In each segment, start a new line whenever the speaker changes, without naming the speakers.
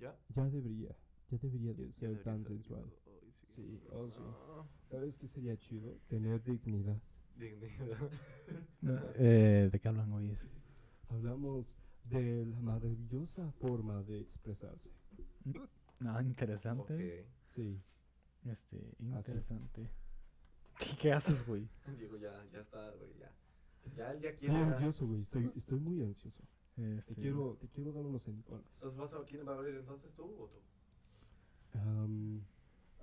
¿Ya?
Ya debería, ya debería de
Ya- ya
ser
debería
tan
estar en
sensual.
vivo. Ay, sí.
Sí, oh, sí.
Ah,
¿Sabes qué sería chido? Tener dignidad.
dignidad.
Eh, ¿De qué hablan hoy?
Hablamos de la maravillosa forma de expresarse.
Ah, interesante.
Sí,
Este, interesante. ¿Qué, qué haces, güey?
Ok. Diego, ya, ya está, güey, ya. Ya, él ya
estoy
quiere. ya.
ansioso, güey. Estoy, estoy muy ansioso. Te
Este,
quiero, te quiero dar unos entones.
Entonces, ¿vas a, ¿quién va a abrir entonces tú o tú?
Am,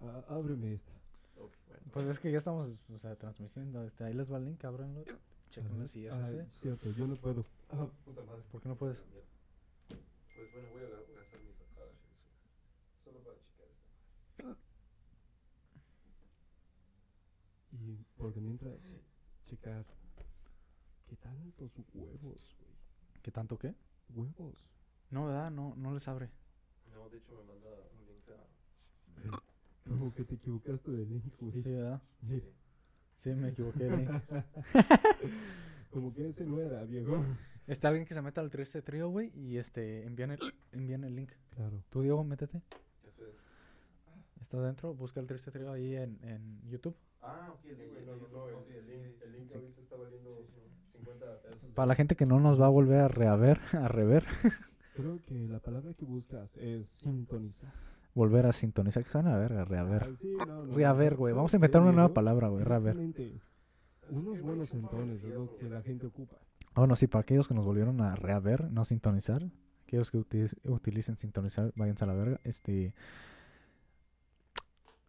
a- ábreme esta.
Ok, bueno.
Pues es que ya estamos o sea, transmitiendo. Este, ahí les va el link, ábranlo. Chequenlo si es
Ah,
ese.
Cierto, yo no puedo. Ah,
Puta madre.
¿Por qué no puedes?
Mierda. Pues bueno, voy a ga- gastar mis atadas. Solo para checar esta.
y porque mientras, checar. ¿Qué tantos huevos, güey?
¿Qué tanto qué?
Huevos.
No, ¿verdad? No, no les abre.
No, de hecho me manda un link a.
Como que te equivocaste de link, güey.
Sí, ¿verdad?
Mire.
Sí, me equivoqué. el link.
Como que ese no era, viejo.
Está Este, alguien que se meta al triste trío, güey, y este, envían el, envían el link.
Claro.
Tú, Diego, métete.
Ya estoy dentro.
Estás dentro, busca el triste trío ahí en, en YouTube.
Ah, ok, el link. el link, ok, sí, sí, sí.
link ahorita está valiendo 50 pesos.
Para la gente que no nos va a volver a reaver, a rever,
Creo que la palabra que buscas es sintonizar.
volver a sintonizar, que se van a la verga, reaver.
Ay, sí, no, no, no.
Reaver, güey.
¿Sabes
Vamos
qué,
a inventar una nueva
viejo?
palabra, güey, reaver.
Exactamente. Unos buenos entones es lo que la gente ocupa.
Ah, Bueno, sí, para aquellos que nos volvieron a reaver, no sintonizar, aquellos que utiliz- utilicen sintonizar, váyanse a la verga. Este.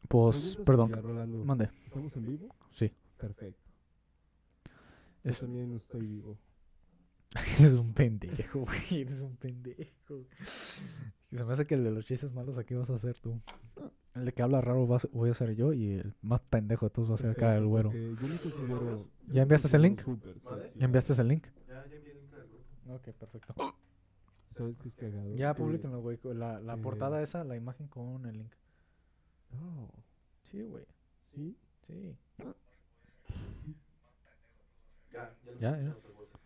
Pues,
Preguntas, señor
perdón,
Rolando,
mande.
¿Estamos en vivo?
Sí.
Perfecto. Yo
Es,
también estoy vivo.
eres un pendejo, güey. Eres un pendejo. Se me hace que el de los chistes malos aquí vas a ser tú. El de que habla raro vas- voy a ser yo y el más pendejo de todos va a ser acá el güero.
Porque Eh, yo me considero- yo
¿Ya
me
enviaste ese
considero
link?
súper sensible.
¿Ya enviaste el link?
Ya, ya envié el link al grupo.
Ok, perfecto.
¿Sabes qué es cagado?
Ya
Que-
públiquenlo, güey. con La, la
eh,
portada esa, la imagen con el link.
No.
Sí, güey.
Oh, ¿Sí?
Sí.
Ya, ya. lo
Ya,
puse
ya.
en otro bolso.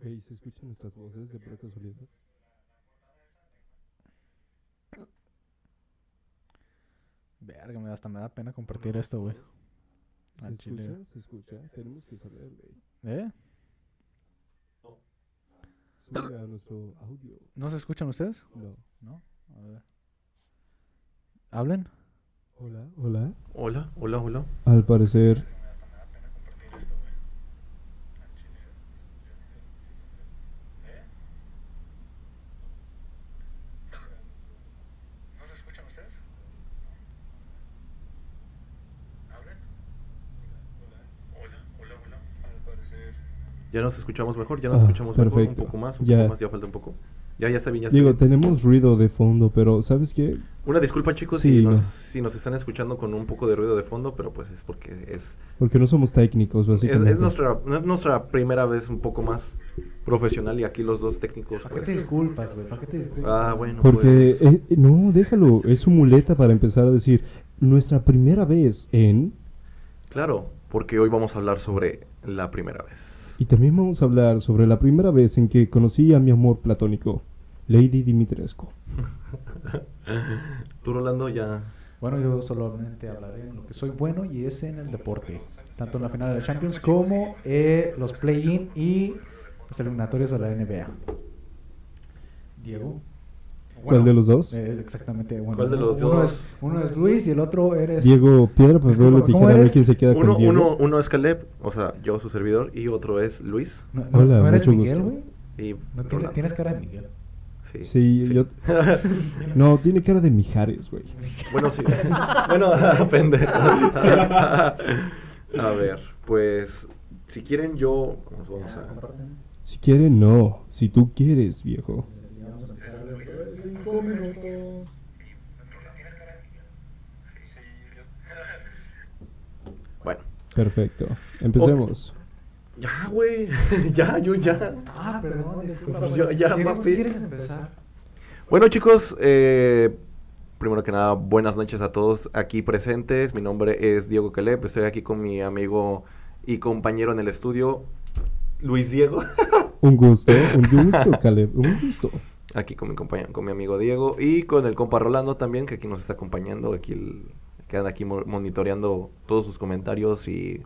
Güey, ¿se escuchan nuestras voces de pura casualidad?
Verga, me da- hasta me da pena compartir esto, güey.
¿Se
Al chile.
escucha? ¿Se escucha? Tenemos que saber, güey.
¿Eh?
Sube a nuestro audio.
¿No se escuchan ustedes?
No.
No. A ver. ¿Hablen?
Hola, hola.
Hola, hola, hola.
Al parecer.
¿No se escuchan ustedes? ¿Hablen? Hola, hola, hola. Al parecer.
Ya nos escuchamos mejor, ya nos
Ah,
escuchamos mejor. Un
perfecto.
poco más, un
Ya.
poco más, ya falta un poco. Ya, ya está bien, ya está
Digo,
bien.
tenemos ruido de fondo, pero ¿sabes qué?
Una disculpa, chicos,
Sí,
si,
no.
nos, si nos están escuchando con un poco de ruido de fondo, pero pues es porque es,
Porque no somos técnicos,
es, es
básicamente.
nuestra, no es nuestra primera vez un poco más profesional y aquí los dos técnicos.
¿Para qué
pues,
te disculpas, güey? ¿Para qué te disculpas?
ah, bueno.
Porque,
pues,
eh, eh, no, déjalo, es su muleta para empezar a decir, nuestra primera vez en,
claro, porque hoy vamos a hablar sobre la primera vez.
y también vamos a hablar sobre la primera vez en que conocí a mi amor platónico, Lady Dimitrescu.
Tú, Rolando, ya.
Bueno, yo solamente hablaré en lo que soy bueno y es en el deporte, tanto en la final de la Champions como eh, los play-in y los eliminatorios de la NBA. Diego. eh,
¿Cuál de los dos?
Es exactamente, bueno.
¿Cuál de los
uno
dos?
Es, uno es Luis y el otro eres.
Diego, piedra, papel o
¿cómo
tijera, a ver
eres?
quién se queda
Uno,
con Diego.
uno, uno es Caleb, o sea, yo su servidor, y otro es Luis.
No, no-
Hola,
¿no eres
mucho
Miguel,
gusto.
güey.
Y
No, tiene-
Rolando.
tienes cara de Miguel.
Sí,
Sí, yo- No, tiene cara de Mijares, güey.
Bueno, sí. bueno, pendejo. a ver, pues si quieren yo nos vamos
Ah,
a
Si quiere, no. Si tú quieres, viejo.
Bueno,
Perfecto. Empecemos.
ya güey, ya yo ya.
Ah, perdón, disculpa.
Pues
güey.
yo- ya,
Diego,
papi.
¿Quieres empezar?
Bueno, chicos, eh, primero que nada, buenas noches a todos aquí presentes. Mi nombre es Diego Caleb, estoy aquí con mi amigo y compañero en el estudio Luis Diego.
Un gusto, un gusto, Caleb, un gusto.
Aquí con mi compañero, con mi amigo Diego y con el compa Rolando también, que aquí nos está acompañando, aquí el- que anda aquí mo- monitoreando todos sus comentarios y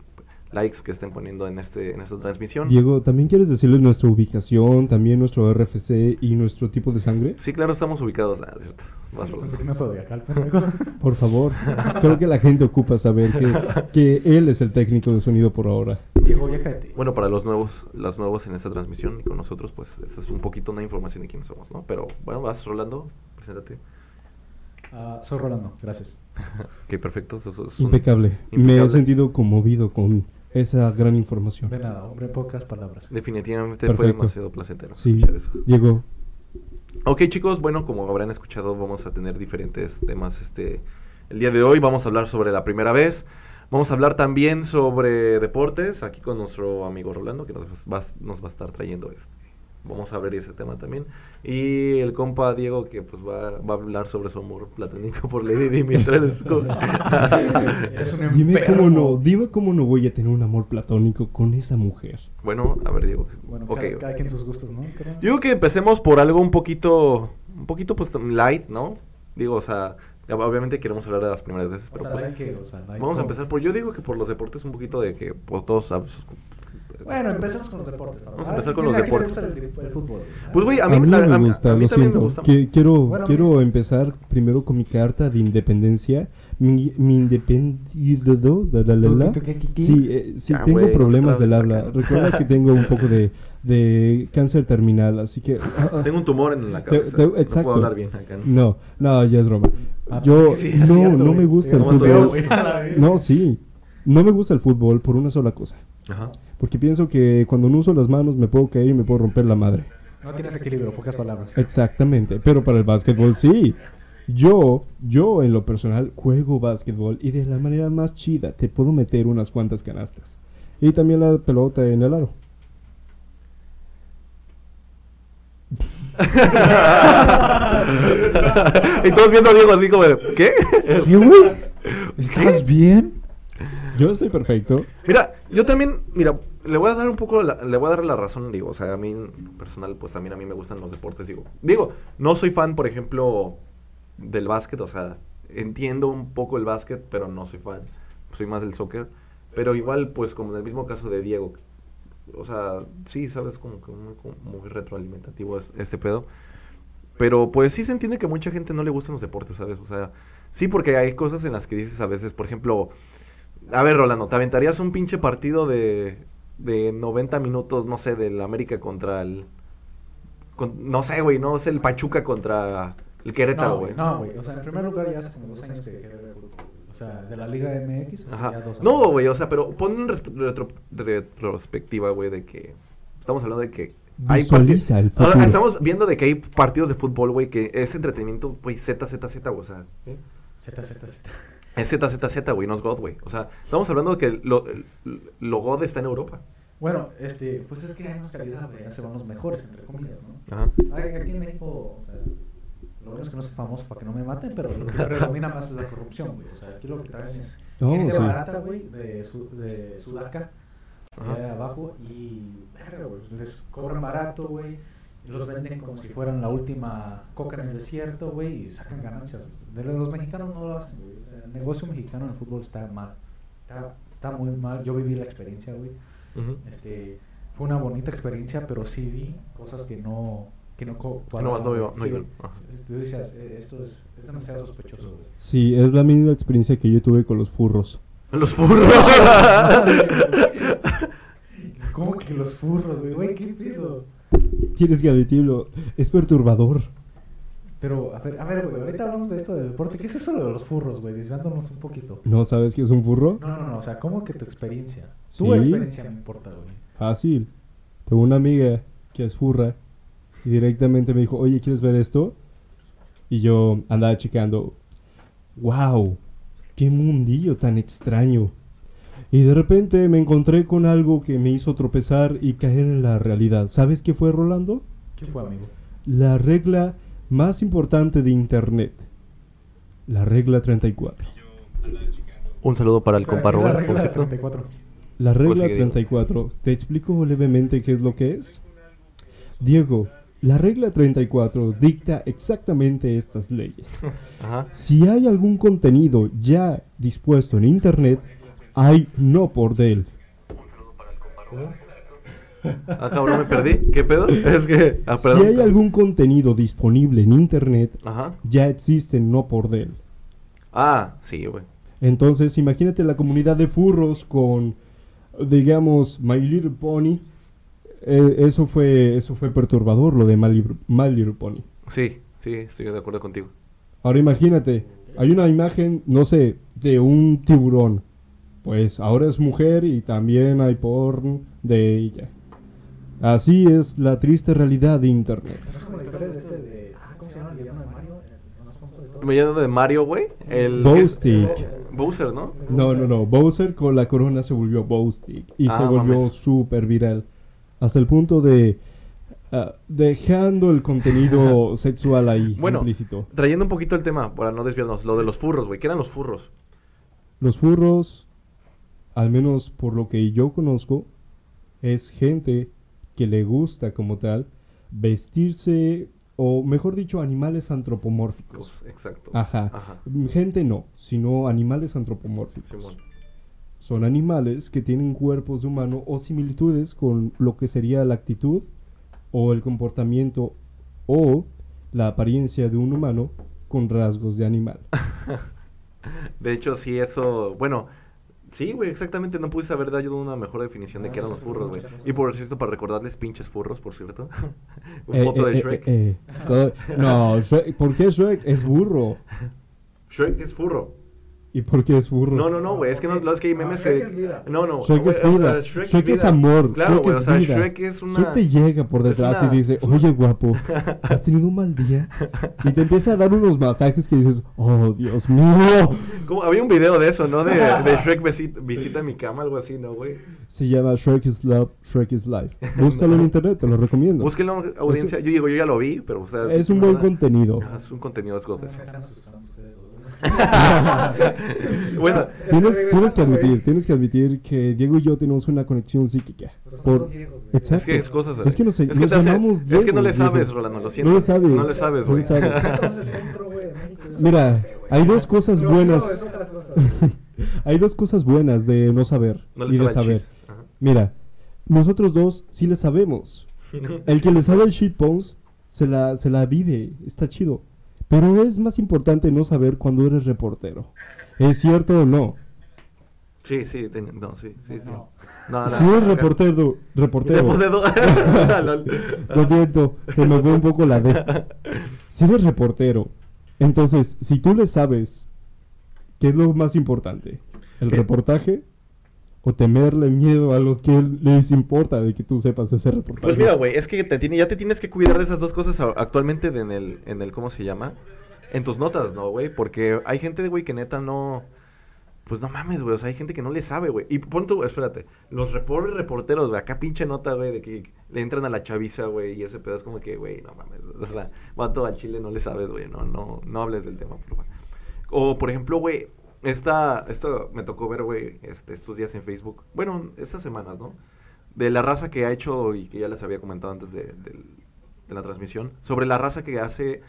likes que estén poniendo en este, en esta transmisión.
Diego, ¿también quieres decirles nuestra ubicación, también nuestro RFC y nuestro tipo de sangre?
Sí, claro, estamos ubicados. Ah, cierto. Vas,
Pues
Rolando.
Signo zodiacal, pendejo.
Por favor. Creo que la gente ocupa saber que, que él es el técnico de sonido por ahora.
Diego, ya cállate.
Bueno, para los nuevos, las nuevas en esta transmisión y con nosotros, pues esta es un poquito una información de quiénes somos, ¿no? Pero bueno, vas Rolando, preséntate.
Ah, soy Rolando, gracias.
Ok, perfecto. sos- sos un-
Impecable. Me
Impecable.
he sentido conmovido con esa gran información.
De nada, hombre, en pocas palabras.
Definitivamente fue
Perfecto.
demasiado placentero
Sí,
escuchar eso.
Diego,
Ok, chicos, bueno, como habrán escuchado, vamos a tener diferentes temas este el día de hoy. Vamos a hablar sobre la primera vez. Vamos a hablar también sobre deportes, aquí con nuestro amigo Rolando, que nos va, nos va a estar trayendo este. Vamos a abrir ese tema también. Y el compa Diego, que pues va, va a hablar sobre su amor platónico por Lady Dimitrescu.
Eres un
dime cómo no,
enfermo.
dime cómo no voy a tener un amor platónico con esa mujer.
bueno, a ver, Diego.
Bueno,
ok.
cada, cada quien sus gustos, ¿no? Creo.
Digo que empecemos por algo un poquito, un poquito pues light, ¿no? Digo, o sea, obviamente queremos hablar de las primeras veces,
O
pero
sea,
pues,
hay que- o sea, no hay
vamos a
como-
empezar por, yo digo que por los deportes un poquito de que pues, todos... sab-
Bueno, empecemos con los deportes. para
Vamos a
ver.
empezar con
¿Quién
los
aquí le
deportes.
gusta el, el fútbol.
Pues, güey,
A
A
mí,
mí- a-
me
a- a mí
gusta, lo
también me
siento.
gusta.
Que- quiero
Bueno,
quiero
mira.
empezar primero con mi carta de independencia. Mi, mi independido. da, da, la,
¿Tú-
la.
tú- tú qué, qué, qué?
Sí, eh, sí,
Ya,
tengo
güey,
problemas
otra
del
vez
habla.
acá.
Recuerda que tengo un poco de, de cáncer terminal, así que. ah, ah,
Tengo un tumor en la
Te-
cabeza,
te-
no
exacto.
puedo hablar bien acá. ¿no?
No, no, ya es broma.
Ah,
Yo
pensé que sí era
no,
cierto,
no me
güey.
gusta el
Como soy yo,
fútbol.
güey.
No, sí. No me gusta el fútbol por una sola cosa.
Ajá.
Porque pienso que cuando no uso las manos me puedo caer y me puedo romper la madre.
No tienes equilibrio, pocas palabras.
Exactamente. Pero para el básquetbol sí. Yo, yo en lo personal juego básquetbol y de la manera más chida te puedo meter unas cuantas canastas. Y también la pelota en el aro.
y todos viendo a Diego así como de, ¿qué?
¿Qué, güey? ¿Estás bien?
Yo estoy perfecto.
Mira, yo también, mira, le voy a dar un poco, la- le voy a dar la razón, digo, o sea, a mí personal, pues también a mí me gustan los deportes, digo, digo, no soy fan, por ejemplo, del básquet, o sea, entiendo un poco el básquet, pero no soy fan, soy más del soccer, pero igual, pues como en el mismo caso de Diego, o sea, sí, sabes, como que muy, como muy retroalimentativo es este pedo, pero pues sí se entiende que a mucha gente no le gustan los deportes, ¿sabes? O sea, sí, porque hay cosas en las que dices a veces, por ejemplo, a ver, Rolando, ¿te aventarías un pinche partido de, de 90 minutos, no sé, del América contra el... con- no sé, güey, no sé, el Pachuca contra el Querétaro,
No,
güey.
güey, no, güey. O sea, en primer lugar, ya hace como dos años que dejé de ver fútbol. O sea, de la Liga MX, hace
Ajá.
ya dos años.
No, güey, o sea, pero pon en resp- retro- retrospectiva, güey, de que estamos hablando de que hay partidos.
Visualiza el futuro.
Estamos viendo de que hay partidos de fútbol, güey, que es entretenimiento, güey, Z, Z, Z, güey, o sea,
Z, Z, Z.
es Z, Z, Z, güey, no es God, güey. O sea, estamos hablando de que lo, lo God está en Europa.
Bueno, este, pues es que hay más calidad, güey. Ya se van los mejores, entre comillas, ¿no?
Ajá.
Ay, Aquí en México, o sea, lo bueno es que no soy famoso para que no me maten, pero lo que predomina más es la corrupción, güey. O sea, aquí lo que traen es
No,
gente
sí.
barata, güey, de, su, de Sudaca,
Ajá.
allá de abajo, y verga, güey, les cobran barato, güey. y Los venden como si fueran la última coca en el desierto, güey, y sacan ganancias. De los mexicanos no lo hacen, güey. O sea, el negocio mexicano en el fútbol está mal. Está, está muy mal. Yo viví la experiencia, güey.
Ujú.
Este, fue una bonita experiencia, pero sí vi cosas que no que no co-
nomás no iba- no
Sí,
iban, ajá.
Tú decías, "Eh, esto es, es demasiado sospechoso, güey.
Sí, es la misma experiencia que yo tuve con los furros.
Los furros.
¿Cómo que los furros, güey? Güey, qué pedo.
Tienes que admitirlo, es perturbador.
Pero, a ver, a ver, güey, ahorita hablamos de esto del deporte. ¿Qué es eso de los furros, güey? Desviándonos un poquito.
¿No sabes qué es un furro?
No, no, no, o sea, ¿cómo que tu experiencia?
Sí.
Tu experiencia me importa, güey.
Fácil. Tengo una amiga que es furra y directamente me dijo, oye, ¿quieres ver esto? Y yo andaba checando, wow, qué mundillo tan extraño. Y de repente me encontré con algo que me hizo tropezar y caer en la realidad. ¿Sabes qué fue, Rolando?
¿Qué fue, amigo?
La regla más importante de Internet. La regla 34.
Un saludo para el
Espera,
compa
¿qué es la
Robert,
regla
por
de
cierto.
34?
La regla
Prosigue, Diego.
34. ¿Te explico levemente qué es lo que es? Diego, la regla 34 dicta exactamente estas leyes.
Ajá.
Si hay algún contenido ya dispuesto en internet, hay no por del.
Ah, cabrón, me perdí. ¿Qué pedo? Es que. Ah,
Si
perdón.
hay algún contenido disponible en internet,
Ajá.
ya existe no por del.
Ah, sí, güey.
Entonces, imagínate la comunidad de furros con, digamos, My Little Pony. Eh, eso fue eso fue perturbador, lo de My Little, My Little Pony.
Sí, sí, estoy de acuerdo contigo.
Ahora imagínate, hay una imagen, no sé, de un tiburón. Pues ahora es mujer y también hay porn de ella. Así es la triste realidad de internet.
Es como la historia de este de. Ah, ¿cómo se llama el villano de Mario? El más tonto de todos.
Me llamo de Mario, güey. El. que es- eh,
Bowstick.
Bowser, ¿no?
No, no, no. Bowser con la corona se volvió Bowstick y se
Ah,
volvió
mames.
súper viral. Hasta el punto de. ah, dejando el contenido sexual ahí
Bueno.
implícito.
Trayendo un poquito el tema, para no desviarnos, lo de los furros, güey. ¿Qué eran los furros?
Los furros, al menos por lo que yo conozco, es gente que le gusta como tal vestirse, o mejor dicho, animales antropomórficos.
Los- exacto.
Ajá.
Ajá.
Gente no, sino animales antropomórficos.
Simón.
Son animales que tienen cuerpos de humano o similitudes con lo que sería la actitud o el comportamiento o la apariencia de un humano con rasgos de animal.
De hecho, sí, eso. Bueno, sí, güey, exactamente. No pudiste haber dado una mejor definición de
Ah,
qué eran
sí,
los furros, güey.
muchas gracias.
Y por cierto, para recordarles pinches furros, por cierto.
Eh,
Un foto
eh,
de
eh,
Shrek.
eh, eh. Todo- no, Shrek- ¿por qué Shrek es burro?
Shrek es furro.
¿Y por qué es burro?
No, no, no, güey. Es que no, no, es que hay
No,
memes
Shrek
que.
es vida.
No, no.
Shrek
güey,
es
o sea,
vida.
Shrek es
Shrek es
vida.
amor.
Claro,
Shrek
güey. O
es
sea,
vida.
Shrek es una.
Shrek te llega por
es
detrás
una-
y dice,
es una-
oye guapo, has tenido un mal día. Y te empieza a dar unos masajes que dices, oh Dios mío.
¿Cómo? Había un video de eso, ¿no? De, de Shrek visita, visita mi cama, algo así, ¿no, güey?
Se llama Shrek is Love, Shrek is Life. Búscalo en internet, te lo recomiendo.
Búsquenlo, audiencia. Yo digo, yo ya lo vi, pero ustedes.
es un buen contenido.
Ah, Es un contenido
No
esgotes.
me están asustando ustedes dos.
bueno,
Tienes, tienes que
regresando, güey.
admitir, tienes que admitir que Diego y yo tenemos una conexión psíquica.
Pues son
Por,
dos Diegos, güey.
Exacto.
es que es cosas.
Es que nos-
es que
nos
te hace-
llamamos
Es que
Diego,
no le
Diego.
sabes, Rolando, lo siento.
No le sabes.
No le sabes,
No
güey.
le sabes.
Ustedes son del centro, güey, de México, yo soy
Mira,
del norte, güey.
hay dos cosas
Lo mío
buenas.
es otras cosas, güey.
Hay dos cosas buenas de no saber
No
y
le
de
sabe
saber.
el chis. Ajá.
Mira, nosotros dos sí le sabemos. El que le sabe el shitpost se la, se la vive, está chido. Pero es más importante no saber cuando eres reportero. ¿Es cierto o no?
Sí, sí, ten- no, sí, sí, sí. No,
No.
no.
si eres
no,
reportero, reportero.
Ah, Reportero. Lol.
Lo siento, se me fue un poco la D. Si eres reportero, entonces, si tú le sabes, ¿qué es lo más importante? ¿El
Eh.
reportaje? ¿O temerle miedo a los que les importa de que tú sepas ese reportaje?
Pues mira, güey, es que te tiene, ya te tienes que cuidar de esas dos cosas a- actualmente de en el, en el, ¿cómo se llama? En tus notas, ¿no, güey? Porque hay gente, güey, que neta no... Pues no mames, güey, o sea, hay gente que no le sabe, güey. Y pon tú, espérate, los re- pobres reporteros, güey, acá pinche nota, güey, de que le entran a la chaviza, güey, y ese pedo es como que, güey, no mames, o sea, vato al chile no le sabes, güey, no, no, no hables del tema, por favor. O, por ejemplo, güey, esta, esto me tocó ver, güey, este, estos días en Facebook, bueno, estas semanas, ¿no? de la raza que ha hecho y que ya les había comentado antes de, del- de la transmisión, sobre la raza que hace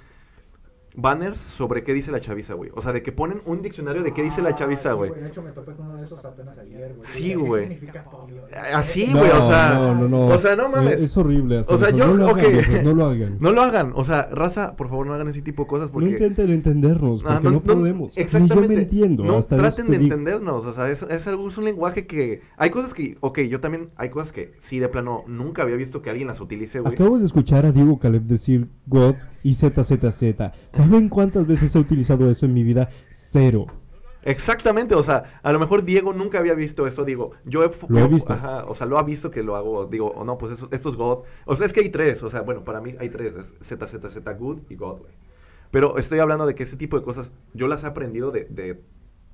banners sobre qué dice la chaviza, güey. O sea, de que ponen un diccionario de qué dice la chaviza,
Ah, sí,
güey.
De hecho, me topé con uno de esos apenas ayer, güey.
Sí,
¿Qué
güey. Ah,
significa polio?
Así, güey, o sea, o sea, no mames.
Eh, Es horrible. hacer
O sea,
eso.
yo-
no lo
ok.
hagan, viejos, no lo hagan. No,
No lo hagan, o sea, raza, por favor, no hagan ese tipo de cosas porque...
intenten entendernos,
Ah,
Pues, porque no, podemos. Ni
Exactamente.
yo me entiendo.
No
hasta este
traten
eso
de
te digo.
entendernos. O sea, es, es algo, es un lenguaje que. Hay cosas que. Ok, yo también. Hay cosas que sí, de plano, nunca había visto que alguien las utilice, güey.
Acabo de escuchar a Diego Caleb decir God y ZZZ. ¿Saben cuántas veces he utilizado eso en mi vida? Cero.
Exactamente, o sea, a lo mejor Diego nunca había visto eso, digo, yo he, fu-
Lo he
yo fu-
visto.
Ajá, o sea, lo ha visto que lo hago, digo, o no, pues eso- esto es God, o sea, es que hay tres, o sea, bueno, para mí hay tres, es ZZZ Good y God, güey. Pero estoy hablando de que ese tipo de cosas yo las he aprendido de, de,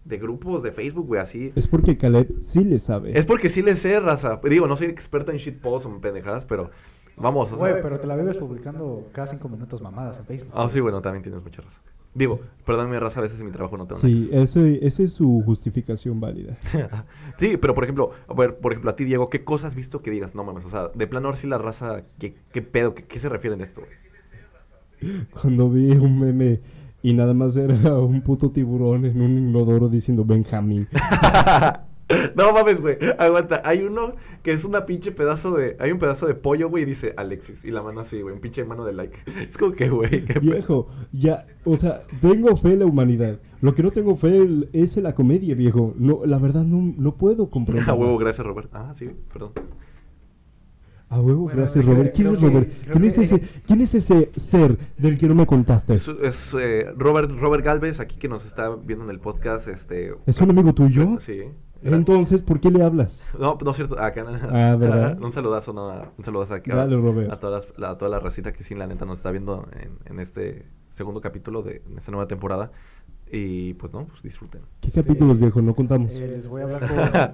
de grupos de Facebook, güey, así.
Es porque Caleb sí le sabe.
Es porque sí les sé, raza, digo, no soy experta en shitposts o en pendejadas, pero vamos, o sea.
Güey, pero te la vives publicando cada cinco minutos mamadas en Facebook.
Ah, sí, bueno, Ah, también tienes mucha razón. Digo, perdón mi raza, a veces en mi trabajo no tengo nada que
Sí, ese- esa es su justificación válida.
Sí, pero por ejemplo, a ver, por ejemplo, a ti, Diego, ¿qué cosas has visto que digas? No mames, o sea, de plano ahora sí la raza, ¿qué, qué pedo? ¿Qué, qué se refieren a esto? güey?
Cuando vi un meme y nada más era un puto tiburón en un inodoro diciendo Benjamín.
no mames, güey. Aguanta, hay uno que es una pinche pedazo de. Hay un pedazo de pollo, güey, y dice Alexis. Y la mano así, güey, un pinche mano de like. Es como que, güey. qué pedo.
Viejo, ya, o sea, tengo fe en la humanidad. Lo que no tengo fe el- es en la comedia, viejo. No, la verdad no, no puedo comprender.
A huevo, gracias, Robert. Ah, sí, perdón.
A huevo,
Bueno,
gracias,
creo-
Robert. ¿Quién
creo
es
que-
Robert?
creo
¿Quién
que
es, ese,
en-
¿Quién es ese ser del que no me contaste?
Este,
Es, es, eh, Robert, Robert Galvez, aquí que nos está viendo en el podcast, este.
¿Es un amigo tuyo?
Sí.
Entonces, ¿por qué le hablas?
No, no es cierto. Acá,
Ah, ¿verdad?
un saludazo, no, un saludazo aquí a,
Dale, Robert.
a todas las- la- a toda la racita que sí, la neta, nos está viendo en, en este segundo capítulo de en esta nueva temporada. Y pues no, pues disfruten.
¿Qué
Este,
capítulos, viejo? No contamos.
Eh, les, voy a hablar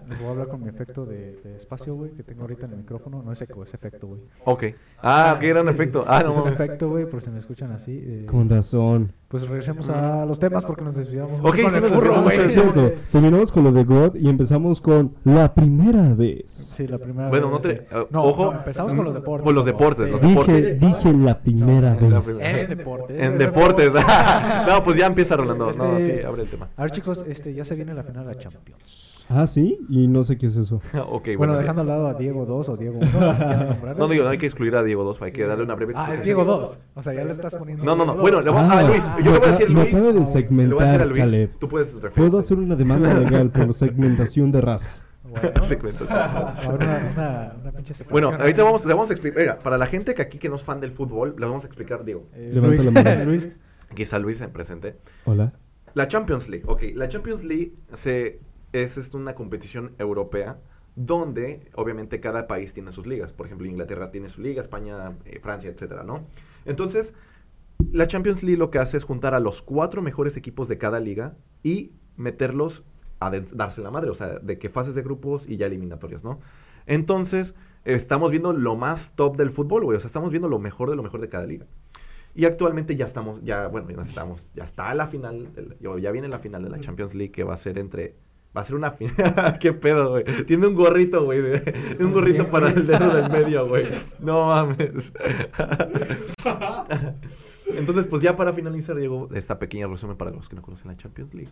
con, les voy a hablar con mi efecto de, de espacio, güey, que tengo ahorita en el micrófono. No es eco, es efecto, güey.
Ok. Ah, ok, era un
Sí, sí,
efecto.
sí,
Ah,
sí,
no
Es un
mames.
efecto, güey, por si me escuchan así. eh,
Con razón.
Pues regresemos a los temas porque nos desviamos.
Ok,
mucho
sí
con
nos
el burro,
desviamos,
güey.
Ah, es cierto. Terminamos con lo de God y empezamos con la primera vez.
Sí, la primera
Bueno,
vez,
no te-
este,
eh,
no,
ojo,
no, empezamos con los deportes.
con los deportes,
Sí.
los deportes.
Dije, dije la primera
en la
vez.
primera-
En deportes.
En deportes. no, pues ya empieza Rolando. No,
Este-
sí, abre el tema.
A ver, chicos, este, ya se viene la final de la Champions.
Ah, sí, y no sé qué es eso.
ok, bueno.
Bueno, dejando al lado a Diego 2 o Diego 1.
No, digo, no hay que excluir a Diego 2, hay que darle una breve
Ah, es
explicación.
Diego 2. O sea, ya le estás poniendo.
No, no, no.
Diego
Bueno,
dos.
le voy a. Ah, Luis, yo le voy a decir
me
Luis.
acaba de
Le voy a decir a
segmentar,
Luis.
Caleb.
Tú puedes referirte.
Puedo hacer una demanda legal por segmentación de raza.
Bueno,
Segmentación.
a ver, una, una, una pinche
Bueno,
separación.
ahorita vamos, le vamos a explicar. Mira, para la gente que aquí que no es fan del fútbol, les vamos a explicar, Diego.
Eh,
Levanta
Luis,
la mano.
Luis.
Quizá Luis en presente.
Hola.
La Champions League, ok. La Champions League se, es, es una competición europea donde obviamente cada país tiene sus ligas. Por ejemplo, Inglaterra tiene su liga, España, eh, Francia, etcétera, ¿no? Entonces, la Champions League lo que hace es juntar a los cuatro mejores equipos de cada liga y meterlos a de- darse la madre, o sea, de que fases de grupos y ya eliminatorias, ¿no? Entonces, estamos viendo lo más top del fútbol, güey, o sea, estamos viendo lo mejor de lo mejor de cada liga. Y actualmente ya estamos, ya, bueno, ya estamos, ya está la final, del- o ya viene la final de la Champions League que va a ser entre, va a ser una final, qué pedo, güey, tiene un gorrito, güey, de- tiene un gorrito
bien,
para
güey.
el dedo del medio, güey, no mames. Entonces, pues ya para finalizar, Diego, esta pequeña resumen para los que no conocen la Champions League.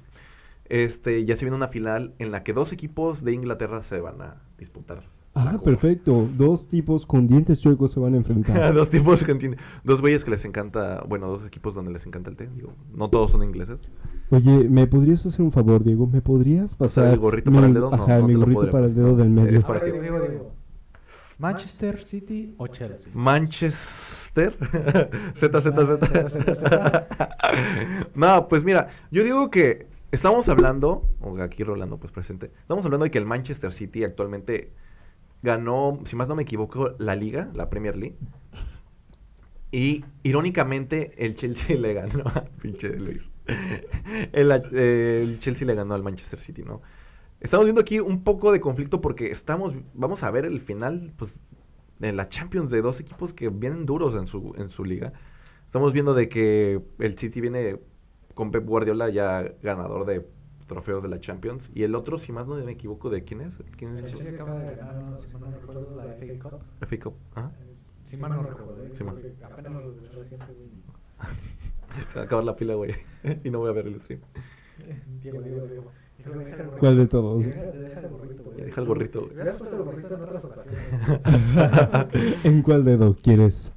Este, ya se viene una final en la que dos equipos de Inglaterra se van a disputar. la
Ah,
copa.
perfecto. Dos tipos con dientes chuecos se van a enfrentar.
dos tipos que entienden. Dos güeyes que les encanta. Bueno, dos equipos donde les encanta el té. Digo, no todos son ingleses.
Oye, ¿me podrías hacer un favor, Diego? ¿Me podrías pasar
el gorrito para el dedo? No,
Ajá,
no
mi
te lo
gorrito
podré
para el
pasar.
dedo del medio.
Es para
Diego,
que-
Diego, Diego.
Manchester City o Chelsea.
Manchester. Z, Z,
Ah, Z, Z.
Z. No, pues mira, yo digo que estamos hablando, o aquí Rolando, pues presente, estamos hablando de que el Manchester City actualmente ganó, si más no me equivoco, la liga, la Premier League. Y irónicamente, el Chelsea le ganó. Pinche de Luis. El, eh, el Chelsea le ganó al Manchester City, ¿no? Estamos viendo aquí un poco de conflicto porque estamos. Vamos a ver el final, pues. En la Champions de dos equipos que vienen duros en su, en su liga. Estamos viendo de que el City viene con Pep Guardiola ya ganador de trofeos de la Champions. Y el otro, si más no me equivoco, ¿de quién es? ¿Quién
El
es
Chelsea acaba de ganar, ¿no? si mal no recuerdo, la FA Cup.
el FA Cup? Ajá.
Si mal no recuerdo, ¿eh?
Sí, mal.
Porque Apenas lo reciente, güey.
Ah, Se va a acabar la pila, güey. y no voy a ver el stream.
Diego, Diego, Diego. Dijo, deja el gorrito.
¿Cuál de todos?
Deja el gorrito, güey.
Ya Deja el gorrito,
Me
güey.
hubieras puesto el gorrito en otras ocasiones.
¿En cuál dedo quieres?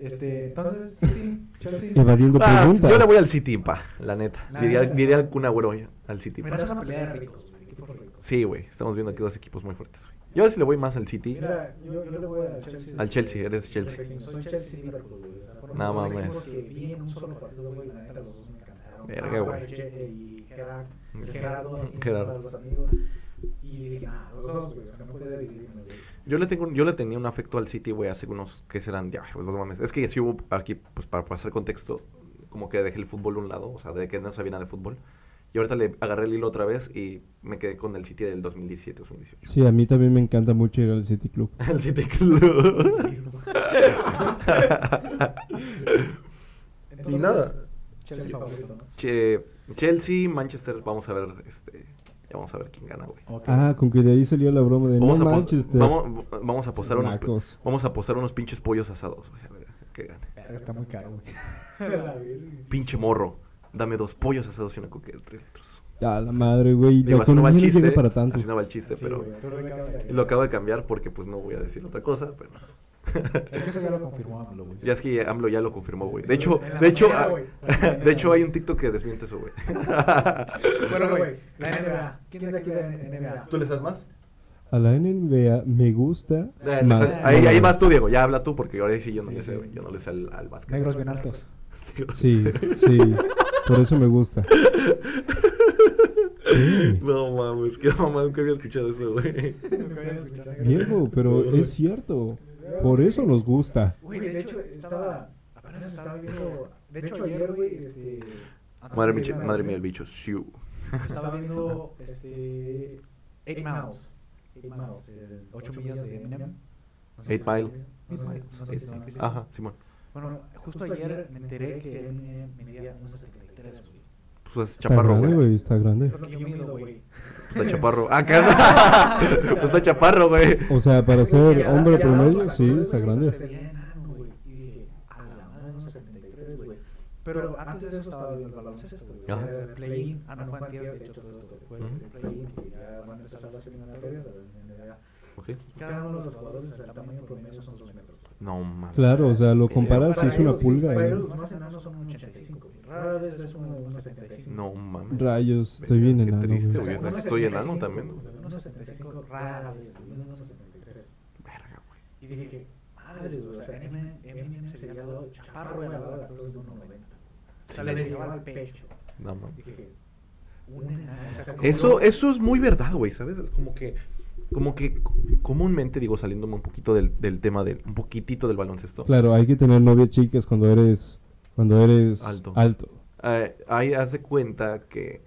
Este, entonces, City, Chelsea.
Evadiendo
Ah,
preguntas.
yo le voy al City, pa, la neta.
La
diría,
neta.
diría al Kun Agüero, ya, al City.
Mira,
pa.
es una pelea de ricos, güey. Equipos ricos.
Sí, güey, estamos viendo aquí dos equipos muy fuertes, güey. Yo sí le voy más al City.
Mira, yo, yo le voy al Chelsea.
Al Chelsea, eres
Desde
Chelsea.
pequeño. Soy Chelsea y Liverpool, güey. O sea, fueron
No
los dos
mames.
equipos que vi en un solo partido, güey. La neta, los dos me encantaron.
Verga,
Ah,
güey.
Che- Y Gerard, el
Mm.
Gerardo, aquí,
Gerardo.
para los amigos. Y dije, ah, los dos, güey. O sea, no puede dividirme, güey.
Yo le tengo, yo le tenía un afecto al City, güey, hace unos que serán, ya, pues no mames. Es que si hubo aquí, pues para pasar contexto, como que dejé el fútbol a un lado, o sea, de que no sabía nada de fútbol. Y ahorita le agarré el hilo otra vez y me quedé con el City del 2017-2018.
Sí, a mí también me encanta mucho ir al City Club.
El City Club.
Entonces,
nada.
Chelsea favorito.
Che- Chelsea, Manchester, vamos a ver, este, ya vamos a ver quién gana, güey.
Ok.
Ah, con que de ahí salió la broma de
Vamos,
no
a pos-
Manchester.
vamos, vamos a apostar unos,
Nacos.
vamos a apostar unos pinches pollos asados, güey, a ver que gane.
Verga, está muy caro, güey.
Pinche morro, dame dos pollos asados y una coca de tres litros.
Ya, la madre, güey. La
Digo, así no
economía
va el
no
chiste,
llega para tanto.
así no va el chiste,
Sí,
pero
güey, pero le acabas de agregar.
lo acabo de cambiar porque pues no voy a decir otra cosa, pero...
Es que eso ya lo confirmó AMLO, güey.
Ya es que AMLO ya lo confirmó, güey. De hecho,
En la
de hecho,
mañanera,
ah,
güey.
de hecho hay un TikTok que desmiente eso, güey.
Bueno, güey, la NBA. ¿Quién de aquí ve NBA?
¿Tú le das más?
A la NBA me gusta.
Eh,
más.
le sabes- ahí, ahí vas tú, Diego. Ya habla tú porque ahora sí yo no le sé, güey. Yo no le sé al, al básquet.
Negros bien altos.
Sí, sí. Por eso me gusta.
No mames, que mamá nunca había escuchado eso, güey.
Diego, pero es cierto. Por eso nos gusta.
Güey, de hecho, estaba. Apenas estaba viendo. De hecho, ayer, güey, este.
Madre, mía, madre mía, el bicho. Siu.
Estaba viendo, este. Eight Miles. Eight Miles. el
8
ocho
millas de Eminem. No sé
Eight
si-
Mile.
No sé si- no sé si-
Eight Mile.
Ajá, Simón.
Bueno, justo ayer me enteré que Eminem medía 1.73, güey.
Pues es
Está
chaparro,
grande,
güey.
güey. Está grande.
Es lo que yo mido, güey.
Pues está chaparro. Ah, carnal. Pues está chaparro, güey.
O sea, para
Y
ser
a- y
hombre
a la
promedio,
otra,
sí,
güey,
está
o sea,
grande.
se veía enano, güey. Y dije, a la madre, 1.73, güey. Pero antes de eso estaba viendo el baloncesto, güey.
Ajá.
Era el play-in. Ah, no fue antier, de hecho, todo esto fue el
Ujú.
play-in que ya van a empezar la segunda carrera. la NBA.
Ok.
Y cada uno de los jugadores, o sea, el tamaño promedio son 2 metros.
No mames.
Claro, o sea, lo
Pero
comparas y
Para
es una
ellos,
pulga.
Para
eh.
ellos los más enanos son un 85, güey. Rara vez ves uno de 1.75.
No mames.
Rayos, estoy bien
Qué
enano.
triste,
güey.
güey.
unos
Estoy enano
75,
también.
o sea, Unos 75 rara vez, güey, unos 73.
Verga, güey.
Y dije, madres, güey, o sea, Eminem, Eminem se había dado chaparro de la hora, pero es de 1.90. O sea,
Sí,
le
sí.
llegaba al pecho.
No mames.
Dije, un enano. o sea, como
Eso,
yo-
eso es muy verdad, güey, ¿sabes? Es como que, como que c- comúnmente, digo, saliéndome un poquito del, del tema del, un poquitito del baloncesto.
Claro, hay que tener novia chicas cuando eres cuando eres
Alto.
alto.
Eh, ahí hace cuenta que,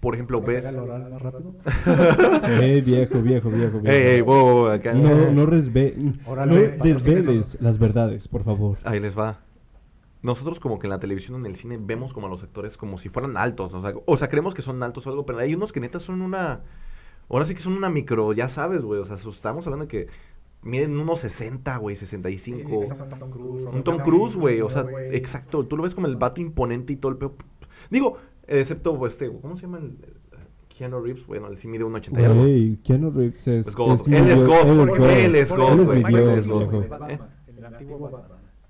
por ejemplo,
¿Te pega
ves.
el oral más rápido?
Eh, viejo, viejo, viejo, viejo.
Ey, ey, wow, wow, wow, acá.
no no, resve-
Órale,
no desveles
patrocínanos.
las verdades, por favor.
Ahí les va. Nosotros como que en la televisión o en el cine vemos como a los actores como si fueran altos, o sea, o sea, creemos que son altos o algo, pero hay unos que neta son una... Ahora sí que son una micro, ya sabes, güey, o sea, so- estamos hablando de que miden unos 60, güey, 65.
Tom Cruise.
Un Tom Cruise, güey, o sea, exacto, tú lo ves como el vato imponente y todo el peo. Digo, excepto pues, este, ¿cómo se llama? El, el Keanu Reeves, bueno, él sí mide un 80 y algo.
Güey, Keanu Reeves es,
Es God.
mi
Él es
Dios,
God,
él es
güey,
God.
él es God,
Él es
güey,
mi
Michael
Dios,
es God,
viejo.
güey.
Eh,
Batman, el antiguo Batman.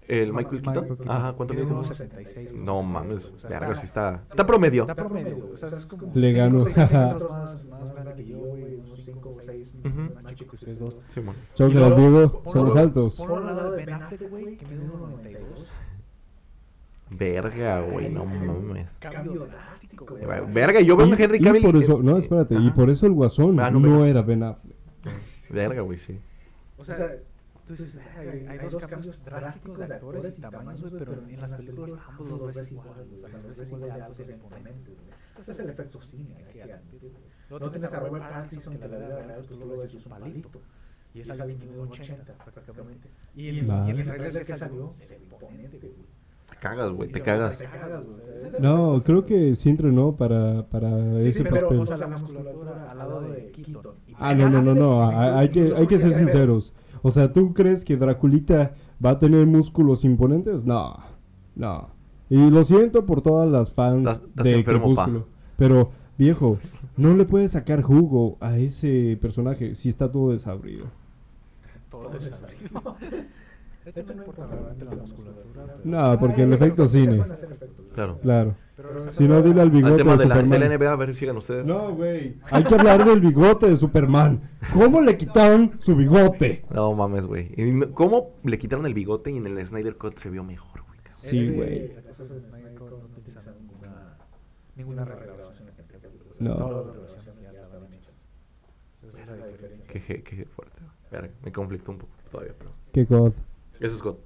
El Michael Keaton.
Michael Keaton.
Ajá, ¿cuánto
Tiene
mide?
Como
unos
Unos-
76.
No mames,
O sea,
verga,
está-
sí está. Está promedio.
Está promedio, güey. O sea, es como.
Le
cinco o
ganó,
seis
jaja.
centímetros más, más grande que yo, güey. Unos 5 o 6
Ujú.
más chico que ustedes dos.
Simón.
Chócalas,
Y luego,
Diego,
ponlo-
somos altos.
Ponlo al lado de Ben Affleck, güey, que mide 1.92.
Verga, güey, no mames.
Cambio drástico, güey.
Verga, yo veo a
Y-
Henry
y
Cavill.
por
y-
eso, no, espérate, y
Ajá.
por eso el guasón
Ah, no,
no,
Ben-
era Ben Affleck.
Verga, güey, sí.
O
O
sea,
sea, tú dices, "Ay, hay, hay dos cambios drásticos de actores y tamaños, güey, pero en las películas ambos los ves igual, o sea, los ves igual de altos y de imponentes, güey.
ese es el efecto cine, hay que admitirlo.
No tienes a Robert Pattinson que la vida real, tú lo ves, es un palito. Y es alguien que mide un 80 prácticamente. Y en,
Nah.
y en
Y
el
el trailer
trailer
que
que salió,
salió se ve imponente, güey.
Te cagas, güey,
Sí,
te
o sea,
cagas.
te cagas, güey. o sea, ese-
No, creo que sí entrenó para, para
Sí,
ese
sí, pero,
papel.
o sea, la musculatura al lado de Keaton. Y
Ah, no, no, no, no, a- hay que, hay que ser sinceros. O sea, ¿tú crees que Draculita va a tener músculos imponentes? No, no. Y lo siento por todas las fans
Estás- estás
de
enfermo, pa.
Crepúsculo. Pero, viejo, no le puedes sacar jugo a ese personaje si está todo desabrido.
todo desabrido. De hecho, no importa realmente la musculatura. pero-
No, porque el efecto cine.
Claro.
Claro.
Pero, o sea,
Si no, dile al
Al
bigote
tema
de
de la, de la
Superman.
NBA, a ver, sigan ustedes.
No, güey. Hay que hablar del bigote de Superman. ¿Cómo le quitaron su bigote?
No mames, güey. Y no- ¿Cómo le quitaron el bigote y en el Snyder Cut se vio mejor, güey? cabrón?
es
Sí,
que
güey.
Las cosas de Snyder Code no utilizan ninguna, ninguna revelación.
No.
Todas las revelaciones ya estaban hechas. Esa es la diferencia.
Qué, je- qué fuerte. güey. Verga, me conflicto un poco todavía, pero.
Qué god.
Eso es God.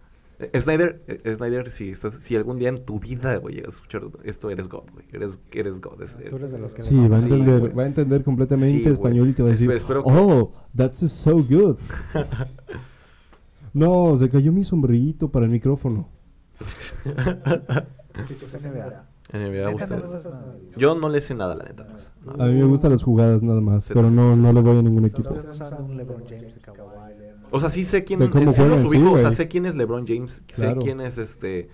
Eh, Snyder, eh, Snyder, si, estás, si algún día en tu vida, güey, llegas a escuchar esto, eres God, güey. Eres, eres God. es-
Tú eres de los que
Sí, va a
Sí,
entender,
güey.
va a entender completamente
Sí,
español
güey.
y te va a
Es-
decir,
espero que-
oh, that's so good. no, se cayó mi sombrerito para el micrófono.
Chicos, NBA.
NBA a
Neta, no
ustedes.
me gusta esa madre.
Yo no le sé nada, la neta. No
A mí
le sé.
me gustan las jugadas nada más,
Sí,
pero
sí,
no,
sí.
no le voy a ningún
O sea,
equipo.
ustedes no saben de un LeBron James, de Kawhi, Leonard.
O sea, sí sé quién.
De cómo
eh, sí los
juegan, sí,
ubico, o sea,
güey.
sé quién es LeBron James.
Claro.
Sé quién es este.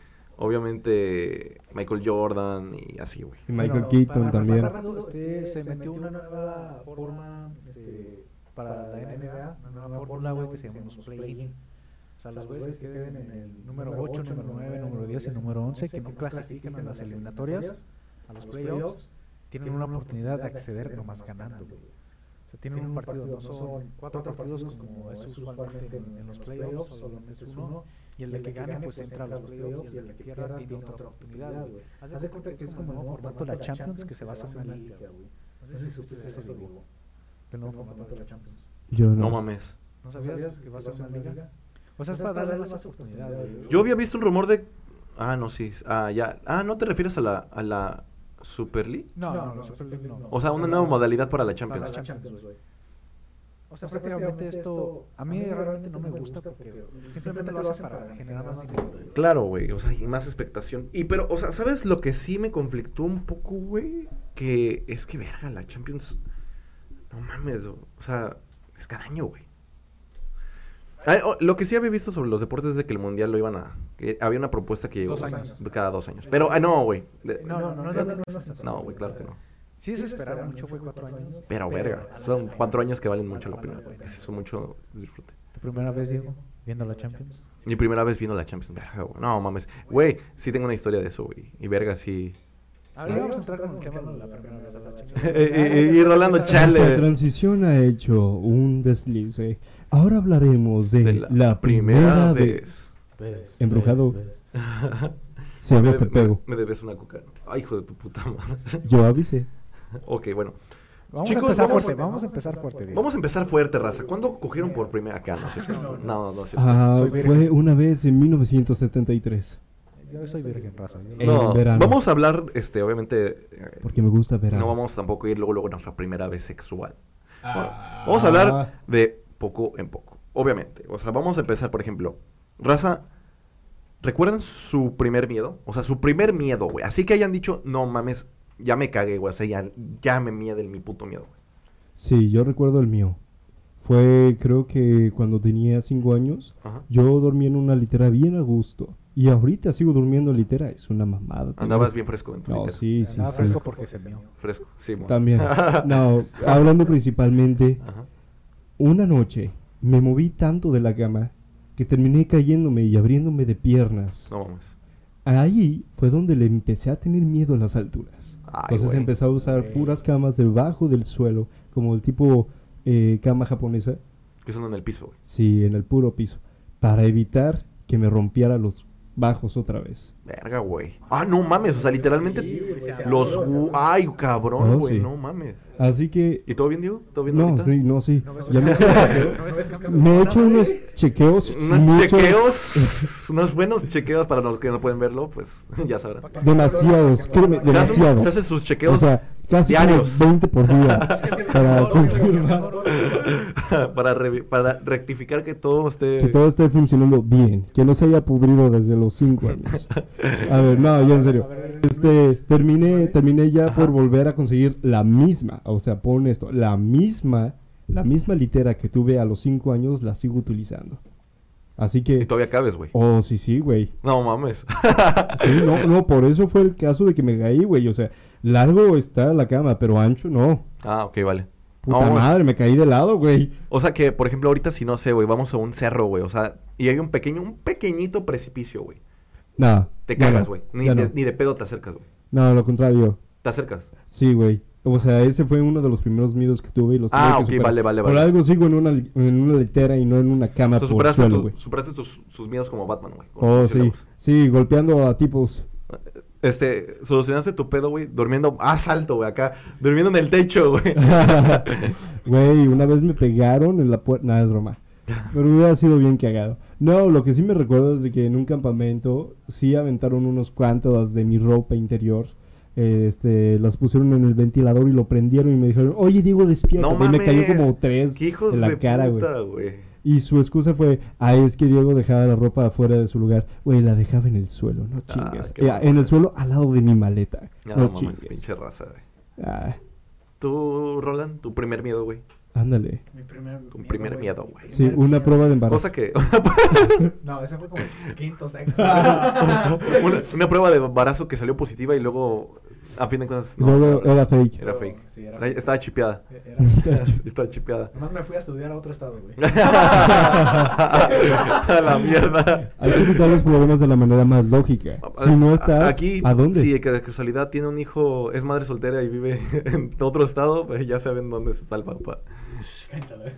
Obviamente, Michael Jordan y así, güey.
Y Michael
Bueno,
Keaton
para
también.
pasar rápido, este, se metió una nueva forma este, para la NBA, una nueva fórmula, güey, que se llaman los play-in. O sea, los güeyes que queden en el número 8, número 9, número 10 y número 11, que no clasifiquen a las eliminatorias, a los playoffs, tienen una oportunidad de acceder nomás ganando, güey. O sea, tienen un partido, no son cuatro partidos como es usualmente en, en los playoffs, solamente es uno. Y el de que gane, pues entra a los playoffs y el que pierda tiene otra oportunidad, güey. Haz de cuenta que es como el nuevo formato de la Champions que se basa en una liga, güey. No sé si supiste eso, Diego. El nuevo formato de la Champions.
Yo
No
no.
mames.
¿No sabías que va a ser una liga? O sea, es para darle más oportunidad, güey.
Yo había visto un rumor de. Ah, no, sí. Ah, ya. Ah, ¿no te refieres a la, a la Super League?
No, no, no, Super League no.
O sea, una nueva modalidad para la Champions.
Para la Champions, güey. O sea, prácticamente esto a mí realmente no me gusta porque simplemente lo hacen para generar más dinero. güey.
Claro, güey, o sea, y más expectación. Y pero, o sea, ¿sabes lo que sí me conflictó un poco, güey? Que es que, verga, la Champions... No mames, o o sea, es cada año, güey. Ah, o- lo que sí había visto sobre los deportes es de que el Mundial lo iban a... que había una propuesta que llegó
Dos años.
cada dos años. Pero, ah, no, güey. de-
No, no, no, no, no, no,
No, güey, claro que no.
Sí es esperar mucho, güey, cuatro años.
Pero, verga, son cuatro años que valen mucho la pena, güey. Sí, Son mucho disfrute.
¿Tu primera vez, Diego, viendo la Champions?
Mi primera vez viendo la Champions, verga, güey. No, mames. Güey, sí tengo una historia de eso, güey. Y verga, sí...
Ahora vamos a entrar con el tema de la primera vez de la
y,
Champions.
Eh, y- y Rolando,
Esta
chale.
transición ha hecho un deslice. Ahora hablaremos de,
De
la, primera vez. Embrujado. Si
Me,
hablas te
me-
pego.
me debes una coca. Ay, hijo de tu puta madre.
Yo avisé.
ok, bueno.
Vamos
Chicos,
a empezar
vamos-
fuerte, vamos a empezar fuerte, Diego.
Vamos a empezar fuerte, raza. ¿Cuándo cogieron por primera acá? No, es cierto. no, no, no es cierto.
Ah,
Soy virgen.
fue una vez en 1973.
Yo soy virgen raza. yo-
Eh,
No,
en verano.
vamos a hablar, este, obviamente, eh,
Porque me gusta ver
no vamos tampoco a ir luego, luego a nuestra primera vez sexual. Bueno, vamos a
Ah.
hablar de poco en poco, obviamente. O sea, vamos a empezar, por ejemplo, raza, ¿recuerdan su primer miedo? O sea, su primer miedo, güey. Así que hayan dicho, no mames, ya me cagué, güey. O sea, ya, ya me miede el mi puto miedo, güey.
Sí, yo recuerdo el mío. Fue, creo que cuando tenía 5 años,
Ajá.
yo dormía en una litera bien a gusto. Y ahorita sigo durmiendo en litera. Es una mamada. tengo-
Andabas bien fresco en tu
No,
litera.
sí, sí,
Nada
sí.
fresco porque se mío.
Fresco, sí, mon.
También. No, hablando principalmente,
Ajá.
una noche me moví tanto de la cama que terminé cayéndome y abriéndome de piernas.
No mames.
Ahí fue donde le empecé a tener miedo a las alturas.
Ay,
Entonces
güey.
empecé a usar
Güey.
puras camas debajo del suelo, como el tipo eh, cama japonesa,
Que son en el piso, güey.
sí, en el puro piso, para evitar que me rompiera los bajos otra vez.
Verga, güey. Ah, no mames. O sea, literalmente
Sí, güey, se
los...
abrió, se abrió.
Ay,
No,
cabrón, güey.
sí.
No mames.
Así que...
¿Y todo bien, Diego? ¿Todo bien
No,
ahorita?
sí, no, sí.
¿No ves
Ya me,
esos cambios? ¿No ves esos cambios?
me he hecho unos chequeos.
Unos
muchos- eh,
chequeos, unos buenos chequeos para los que no pueden verlo, pues ya sabrán.
Demasiados, créeme,
Se hacen-
demasiados.
se hacen sus chequeos
O sea, casi como
diarios.
20 por día para confirmar
para, revi- para rectificar que todo esté.
que todo esté funcionando bien, que no se haya pudrido desde los 5 años. A ver, no, ya en serio. Este, terminé, terminé ya por volver a conseguir la misma, o sea, pon esto, la misma, la misma litera que tuve a los 5 años la sigo utilizando. Así
Y
que,
todavía cabes, güey.
oh, sí, sí, güey.
No mames.
Sí, no, no, por eso fue el caso de que me caí, güey. O sea, largo está la cama, pero ancho no.
Ah, ok, vale.
Puta
No, güey.
madre, me caí de lado, güey.
O sea que, por ejemplo, ahorita si no sé, güey, vamos a un cerro, güey. O sea, y hay un pequeño, un pequeñito precipicio, güey.
Nada.
Te
ya
cagas,
no,
güey. Ni,
ya
de-
no.
ni de pedo te acercas, güey.
No, lo contrario.
Te acercas.
Sí, güey. O sea, ese fue uno de los primeros miedos que tuve y los tuve
Ah,
que
ok,
superar.
vale, vale,
Por
vale.
algo sigo en una, li- en una litera y no en una cama
O sea,
por
superaste,
suelo,
tu-
güey.
superaste tus, sus miedos como Batman, güey. con
Oh,
los
sí.
murciélagos.
Sí, golpeando a tipos.
Este, solucionaste tu pedo, güey, durmiendo a salto, güey, acá, durmiendo en el techo, güey.
Güey, una vez me pegaron en la puerta. Nada, es broma. Pero hubiera sido bien cagado. No, lo que sí me recuerdo es de que en un campamento sí aventaron unos cuantos de mi ropa interior. Eh, Este, las pusieron en el ventilador y lo prendieron y Pues, me dijeron, oye Diego, despierta.
no
güey,
mames.
me cayó como tres
¿Qué hijos
en la
de
cara, güey.
puta, güey.
Y su excusa fue, ay, es que Diego dejaba la ropa afuera de su lugar. Güey, la dejaba en el suelo, no chingues.
Ah, qué
Eh, en el
mamada.
suelo al lado de mi maleta.
No,
No,
mames,
chingues.
pinche raza, güey.
Ah,
Tú, Roland, tu primer miedo, güey.
ándale.
Mi primer
Con primer miedo,
mi
güey.
Sí,
primer
una
miedo.
prueba de embarazo.
Cosa que.
No, ese fue como quinto, sexto.
una, una prueba de embarazo que salió positiva y luego, a fin de cuentas, no.
Luego
era,
era fake.
era fake.
Sí, era
Era-
fake.
Estaba chipeada.
Era-
Estaba chipeada.
Nomás me fui a estudiar a otro estado, güey.
a la mierda.
Hay que evitar los problemas de la manera más lógica. Si no estás,
Aquí,
¿a dónde?
Sí, que de casualidad tiene un hijo, es madre soltera y vive en otro estado, pues ya saben dónde está el papá.
Shh, cánchala.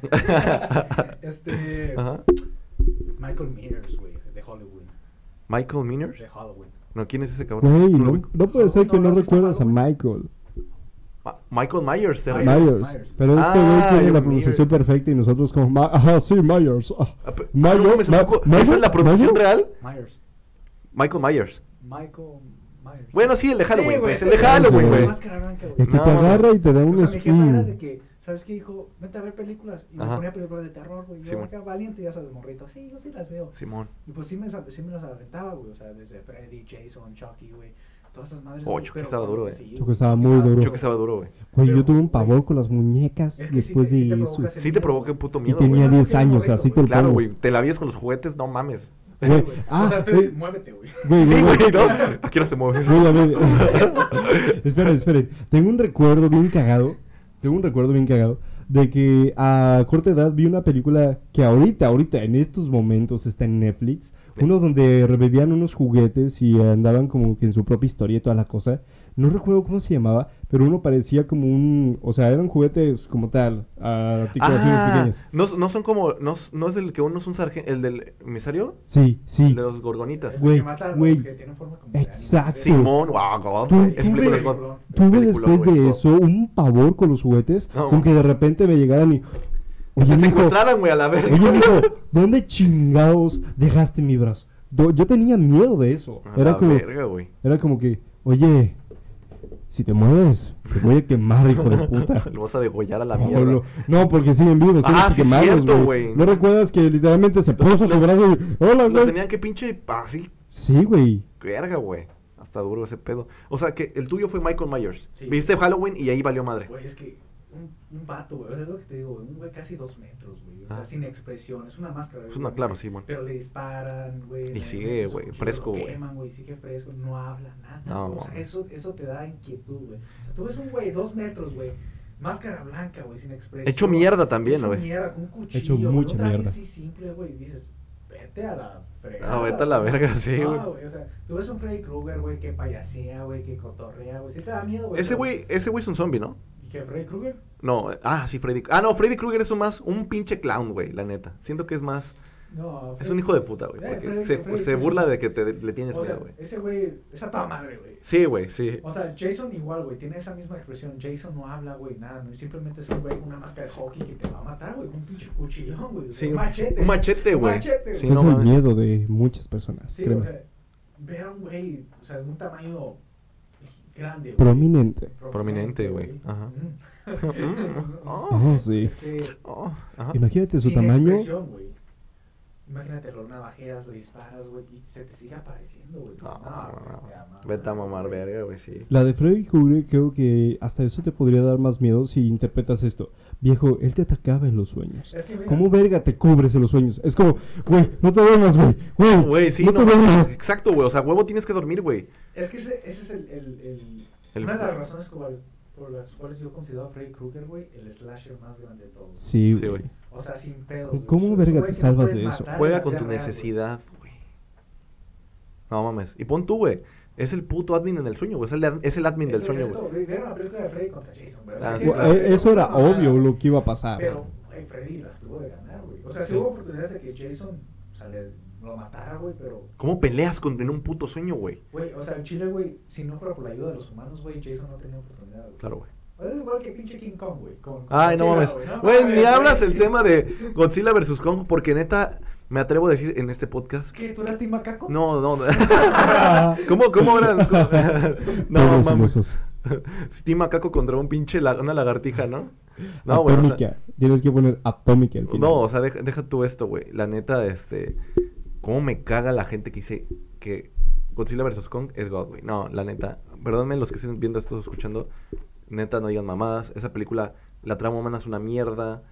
este.
Ajá.
Michael Mears, güey, de Hollywood.
Michael Miners.
De Halloween.
No, ¿quién es ese cabrón?
Güey,
No lo
no,
ubico.
no puede ser que no,
No, ¿no has visto
recuerdas a
Halloween?
Michael
Ma- Michael Myers, ¿te
Myers.
refieres?
Myers.
Myers.
Pero este güey
Ah,
tiene la
Myers.
pronunciación perfecta y nosotros como, "Ma- ajá, sí, Myers. ah".
Ah, pe-
Myers,
no mames,
Ma-
tampoco-
Myers,
¿Esa es la pronunciación
Myers.
real?
Myers.
Michael Myers.
Michael Myers.
Bueno, sí, el de Halloween,
Sí,
güey.
ese
el de
güey,
Halloween,
sí,
güey.
güey.
Máscara blanca,
El
güey.
que
No,
te agarra
mames.
y te da mm, un
O sea, mi jefa era
spin.
de que, ¿sabes qué? Dijo, vente a ver películas. Y
Ajá.
me ponía películas de terror, güey. Yo
Simón.
acá valiente, ya sabes, morrito. Sí, yo sí las veo.
Simón.
Y pues sí me, sa- sí me las aventaba, güey. O sea, desde Freddy, Jason, Chucky, güey. Todas esas madres.
Oh,
güey,
Chucky
pero
estaba duro,
cuando-
güey.
sí,
Chucky
güey,
estaba muy duro.
Yo que estaba duro, güey.
Güey, yo
Pero,
tuve un
güey,
pavor con las muñecas
es que sí
después
te- sí te
de
provoca
eso.
ese
Sí te
miedo,
provoqué
güey.
puto
Y
miedo,
tenía
güey.
diez-
10 años, así te lo
Claro,
pongo.
güey. Te la vías con los juguetes, no mames.
Sí,
Güey,
güey.
ah,
o sea, te-
güey.
muévete, güey.
Güey,
Sí,
no,
güey, no. Aquí no se mueves.
Güey, a ver. esperen, esperen. Tengo un recuerdo bien cagado. Tengo un recuerdo bien cagado. De que a corta edad vi una película que ahorita, ahorita, en estos momentos está en Netflix. Uno donde revivían unos juguetes y andaban como que en su propia historia y toda la cosa. No recuerdo cómo se llamaba, pero uno parecía como un... O sea, eran juguetes como tal, a articulaciones
Ah,
pequeñas.
No, no son como. No, no es el que uno es un sargento. El del emisario.
Sí,
El
sí.
de los gorgonitas.
Güey,
Que mata a los
güey.
que tienen forma como
Exacto.
De animal,
Simón, wow, God,
Tú-
güey.
tú
Esa película
ves-
es God.
Tuve
Película,
después
güey,
de
God.
eso un pavor con los juguetes,
No.
con que de repente me llegaran y... Oye,
Te
mijo,
secuestraran, güey, a la verga.
Oye, mijo, ¿dónde chingados dejaste mi brazo? Do- yo tenía miedo de eso.
A
Era
la
como,
verga, güey.
era como que, oye, si te mueves, te voy a quemar, hijo de puta.
Lo vas a degollar a la
No,
mierda.
no, no, porque siguen vivos,
Ah,
tienes que
sí es
quemarlos,
cierto,
güey.
güey.
¿No recuerdas que literalmente se puso su brazo y, hola,
Los
güey?
tenían que pinche. Así,
Sí, güey.
verga, güey. Hasta duro ese pedo. O sea, que el tuyo fue Michael Myers.
Sí.
Viste Halloween y ahí valió madre.
Güey, es que un, un vato, güey, es lo que te digo, güey, un güey casi dos metros, güey, o sea,
Ah.
sin expresión, es una máscara.
Es
güey,
una, Pues claro, sí, bueno.
Pero le disparan, güey.
Y
le
sigue,
meten su
güey,
cuchillo,
fresco,
lo
güey.
queman, güey, sigue fresco, no habla nada.
No,
güey, o sea,
mames.
eso, eso te da inquietud, güey. O sea, tú ves un güey dos metros, güey, máscara blanca, güey, sin expresión.
Hecho mierda también,
hecho
güey.
mierda, con un cuchillo.
Hecho
güey,
mucha
un traje
mierda.
así simple, güey, y dices, vete a la fregada.
Ah, vete a la
güey.
verga, sí,
No,
güey.
güey, o sea, tú ves un Freddy Krueger, güey, que payasea, güey, que cotorrea, güey, sí te da miedo, güey.
Ese
pero-
güey, ese güey es un zombie, ¿no?
¿Y qué, Freddy Krueger?
No, eh, ah, sí, Freddy. Ah, no, Freddy Krueger es un más un pinche clown, güey, la neta. Siento que es más.
No,
Es un hijo de puta, güey.
Eh,
Porque
Freddy-
se,
Freddy
se
sí es
burla
un-
de que te, le tienes
O sea,
miedo, güey.
ese güey es a toda madre, güey.
Sí, güey, sí.
O sea, Jason igual, güey, tiene esa misma expresión. Jason no habla, güey, nada, no, simplemente es un güey con una máscara de hockey que te va a matar, güey, con un pinche cuchillón, güey. o
Sí,
sea, un machete.
un machete,
Un
güey.
machete,
Sí,
güey.
es
no
el
mames.
miedo de muchas personas,
Sí,
créeme.
o sea, ver a un güey, o sea, de un tamaño grande, güey.
Prominente.
Prominente, güey. Ajá.
Mm.
Oh,
Oh, sí.
Este,
oh, ajá.
Imagínate su
sin
tamaño.
expresión, güey. Imagínate, lo navajeas, le disparas, güey, y se te sigue apareciendo, güey.
No, no,
vete a
no.
mamar,
Vete a mamar,
güey.
verga, güey, sí.
La de Freddy Krueger creo que hasta eso te podría dar más miedo si interpretas esto. Viejo, él te atacaba en los sueños.
Es que mira,
¿Cómo verga te cubres en los sueños? Es como, güey, no te duermas, güey. Güey,
Güey, sí,
no,
no.
te duermas.
Exacto, güey. O sea, huevo tienes que dormir, güey.
Es que ese, ese es el, el- el-
El-
Una de las razones cual- por las cuales yo considero a Freddy Krueger, güey, el slasher más grande de todos.
Sí,
Sí,
güey.
güey.
O sea, sin pedos.
¿Cómo-
güey.
cómo
Es un
verga
güey
te
que no
salvas
puedes
de eso?
matar en
Juega
la
con
vida
tu
real, güey.
necesidad, güey. No mames. Y pon tú, güey. Es el puto admin en el sueño, güey. Es el, ad- es el admin del
Eso-
sueño,
eso,
güey.
Vieron la película de Freddy contra Jason, güey. O
Ah,
sea, que
sí,
esa
claro.
película
Eh, eso
fue
era
una mamada,
obvio lo que iba a pasar.
Pero güey, Freddy las tuvo de ganar, güey. O sea, si
Sí.
hubo oportunidades de que Jason o sea, le- lo matara, güey, pero
¿Cómo peleas con, en un puto sueño, güey?
Güey, o sea, en Chile, güey, si no fuera por la ayuda de los humanos, güey, Jason no tenía oportunidad, güey.
Claro, güey.
O sea, Es igual que pinche King Kong, güey. Ah, con- con
Ay, no
Godzilla,
mames. Güey,
mames,
ni abras el tema de Godzilla vs. Kong porque neta, me atrevo a decir en este podcast.
¿Qué? ¿Tú eras Team Macaco?
No, no. no. ¿Cómo, cómo eran? ¿Cómo- No,
Pobres
mames.
ilusos.
Steam Macaco contra un pinche la- una lagartija, ¿no? No, güey. o sea,
atómica. Tienes que poner atómica al final.
No, o sea, deja, deja tú esto, güey. La neta, este. ¿Cómo me caga la gente que dice que Godzilla vs. Kong es God, güey? No, la neta. Perdónenme los que estén viendo esto, escuchando. Neta, no digan mamadas. Esa película, la trama humana es una mierda.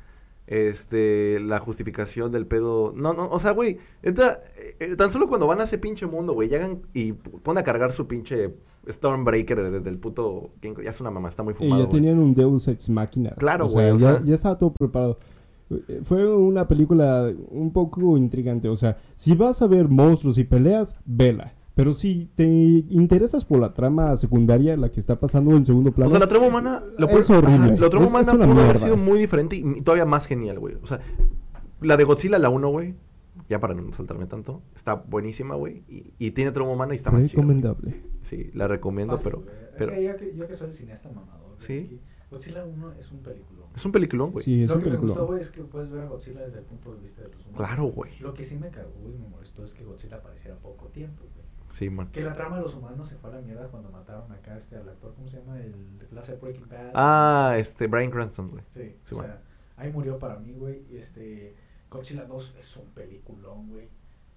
Este, la justificación del pedo. No, no, o sea, güey. Neta, eh, eh, tan solo cuando van a ese pinche mundo, güey, llegan y ponen a cargar su pinche Stormbreaker desde el puto. King Kong. Ya es una mamá, está muy
Y
fumado.
ya
güey.
tenían un Deus Ex Machina.
Claro,
O
güey,
sea,
o
ya,
sea.
ya estaba todo preparado. Eh, Fue una película un poco intrigante. O sea, si vas a ver monstruos y peleas, vela. Pero si te interesas por la trama secundaria, la que está pasando en segundo plano.
O sea, Pues la trama humana. Lo
Es
pudo-
horrible.
la trama
Es-
humana
es una
pudo haber
mierda.
sido muy diferente y y todavía más genial, güey. O sea, la de Godzilla, la 1, güey. Ya para no saltarme tanto. Está buenísima, güey. Y, y tiene trama humana y está más chida. güey.
recomendable.
Sí, la recomiendo,
Fácil,
pero.
güey. Es
pero
que yo, que, yo que soy el cineasta mamador. güey,
Sí.
aquí, Godzilla 1 es un peliculón.
es un peliculón, güey.
Sí, es
Lo
un
que me gustó,
película.
güey, es que puedes ver a Godzilla desde el punto de vista de los humanos.
Claro, güey.
Lo que sí me cagó y me molestó es que Godzilla apareciera poco tiempo, güey.
Sí, man.
Que la trama de los humanos se fue a la mierda cuando mataron acá este, al actor, ¿cómo se llama? El de clase de Breaking Bad.
Ah, este, Brian Cranston, güey.
Sí,
Sí,
o
bueno.
sea, ahí murió para mí, güey. y Este, Godzilla 2 es un peliculón, güey.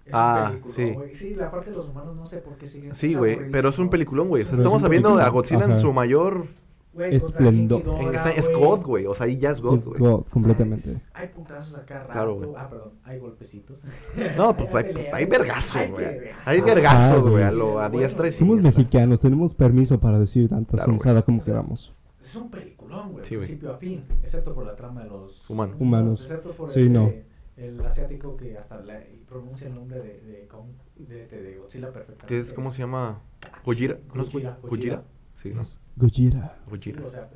Es
Ah,
un
sí.
peliculón, güey. Sí. la parte de los humanos no sé por qué siguen.
Sí, güey. Pero es un peliculón, güey. O sea,
Pero es un
estamos viendo a
peliculón.
Godzilla en
Ajá.
su mayor.
esplendor.
en- está- es God, güey. O sea, ahí ya es God,
Es
güey.
God, completamente.
Hay puntazos acá rato.
Claro, güey.
Ah, perdón, hay golpecitos.
No, pues hay,
peleas,
hay vergazos, güey.
vergazos.
Hay
Ah,
vergazos, güey. A
güey.
lo a diestra y
Sí,
Somos
siniestra.
mexicanos, tenemos permiso para decir tantas
Claro, güey.
sonsadas como queramos.
Es un peliculón, güey.
Sí,
de
güey.
principio a fin. Excepto por la trama de los
Humano.
Humanos.
Excepto por
Sí,
este,
no.
el asiático que hasta la- pronuncia el nombre de, de, Kong- de, este, de Godzilla perfectamente.
¿Qué es? ¿Cómo se llama?
Ah,
Gojira.
sí,
¿No es Go-
Gojira,
Gojira?
Gojira.
Sí, no.
Es Gojira.
Sí,
Gojira.
o sea,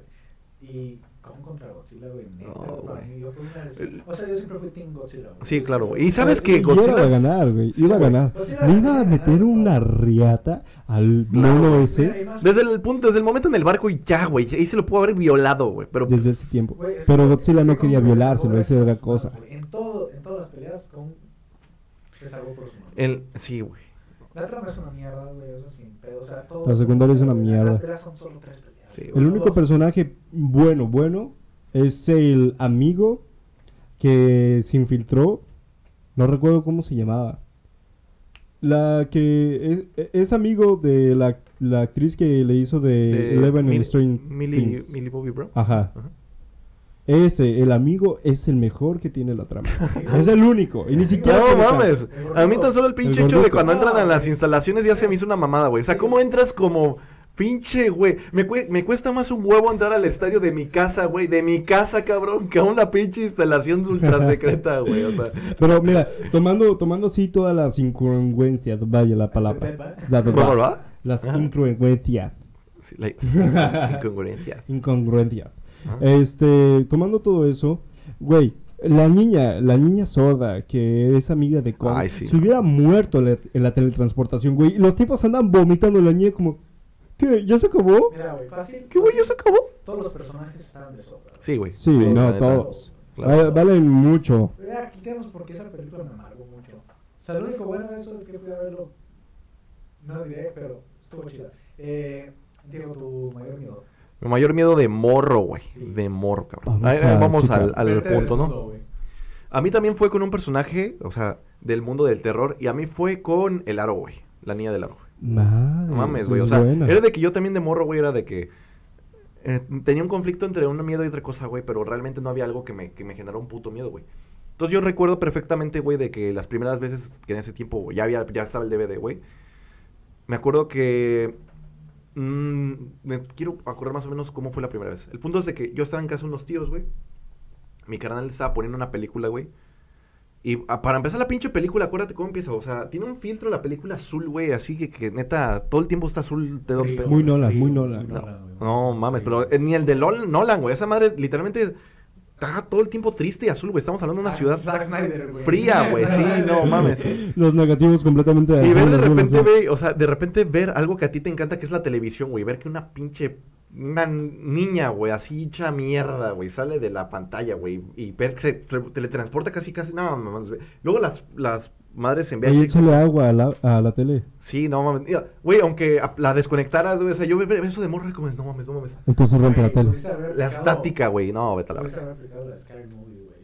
y Kong contra Godzilla, güey. neta,
No,
güey, para
güey.
mí, yo fui una de sus-
El-
O sea, yo siempre fui Team Godzilla, güey.
Sí, claro, güey. Y sabes
Y
que
iba
Godzilla.
a ganar, güey.
Sí,
iba a
güey.
ganar.
Godzilla
Le iba a
debería
meter
ganar,
una riata al
Claro,
mono
Mira,
ese
además,
Desde el punto, desde el momento en el barco y ya, güey. Ahí se lo pudo haber violado, güey. Pero
desde ese tiempo.
güey, es
Pero
que-
Godzilla
es
no
que
quería
Kong se
violárselo,
salvó
esa era la
gracias a sus
cosa.
manos, güey. En, todo, en todas las peleas, Kong se salvó por su mano.
el. Sí, güey.
La trama es una mierda, güey. O sea, sin pedo. O sea, todo.
La secundaria es una mierda.
Las peleas son solo tres peleas.
Sí,
güey.
güey.
El único
Dos.
personaje bueno, bueno, es el amigo que se infiltró. No recuerdo cómo se llamaba. La que es, es amigo de la, la actriz que le hizo de, Eh,
De
Eleven
Mil-
and Strange
Millie,
Things.
Millie Bobby Brown.
Ajá.
Ajá.
Ese, el amigo, es el mejor que tiene la trama. es el único. Y ni siquiera.
No
tiene tanto.
mames.
gordito.
A mí tan solo el pinche
El
hecho de
gordito.
cuando entran a
Ah,
las
güey.
instalaciones ya se me hizo una mamada, güey. O sea, ¿cómo entras como pinche, güey? Me, cue- me cuesta más un huevo entrar al estadio de mi casa, güey. De mi casa, cabrón, que a una pinche instalación ultra secreta, güey. O sea,
Pero mira, tomando, tomando así todas las incongruencias, vaya la palabra. La
¿Vamos,
verdad.
va?
Las
Ajá.
incongruencias.
Sí, la incongruencia.
Incongruencia.
Ajá.
Este, tomando todo eso, güey, la niña, la niña sorda que es amiga de Kong,
Ay, sí,
se
no.
hubiera muerto la- en la teletransportación, güey. Y los tipos andan vomitando la niña como, ¿qué? ¿Ya se acabó?
Mira, güey, fácil.
¿Qué, güey? ¿Ya
fácil.
se acabó?
Todos los personajes estaban de sobra. güey.
Sí, güey.
Sí,
la
no,
neta.
todos.
Claro.
Vale- Valen mucho.
Mira, quitemos porque esa película me amargó mucho. O sea, lo único bueno de eso es que fui a verlo. No diré, pero estuvo chida. Eh, Diego, tu mayor miedo.
Mi mayor miedo de morro, güey.
Sí.
De morro, cabrón.
Vamos
Ahí- ahí
a
Vamos,
checar.
al, al
Verte
punto, ¿no?
desnudo, güey.
A mí también fue con un personaje, o sea, del mundo del terror. Y a mí fue con el aro, güey. La niña del aro, güey.
Madre,
No mames,
esa
güey. O
Mm, es
sea,
buena.
era de que yo también de morro, güey, era de que. eh, tenía un conflicto entre un miedo y otra cosa, güey, pero realmente no había algo que me, que me generara un puto miedo, güey. Entonces yo recuerdo perfectamente, güey, de que las primeras veces que en ese tiempo güey, ya, había, ya estaba el DVD, güey. Me acuerdo que. mm, me quiero acordar más o menos cómo fue la primera vez. El punto es de que yo estaba en casa de unos tíos, güey. Mi canal estaba poniendo una película, güey. Y ah, para empezar la pinche película, acuérdate cómo empieza. O sea, tiene un filtro la película azul, güey. Así que, que neta, todo el tiempo está azul. te doy-
Frío,
Muy
güey,
Nolan,
frío,
muy Nolan.
güey.
no mames,
Frío.
pero eh, ni el de LOL, Nolan, güey. Esa madre literalmente está todo el tiempo triste y azul, güey. Estamos hablando de una
Ah,
ciudad
Zack Snyder, güey.
fría, güey. Sí,
Zack
no
Snyder.
mames.
Los negativos completamente
Y ver
azules,
de
azules,
repente,
azules.
güey, o sea, de repente ver algo que a ti te encanta, que es la televisión, güey. Ver que una pinche Una niña, güey, así hecha mierda, güey, sale de la pantalla, güey, y per- se tre- teletransporta casi, casi, no, mames, güey. Luego las, las madres en
Oye,
VHS,
échale agua a la, a la tele.
sí, no mames, mira, güey, aunque a- la desconectaras, güey, o sea, yo ve- ve eso de morra, como, es, no mames, no mames.
Entonces rompe la tele.
La estática, güey, no, vete a la
Puedes
verga.
haber aplicado la Sky Movie, güey.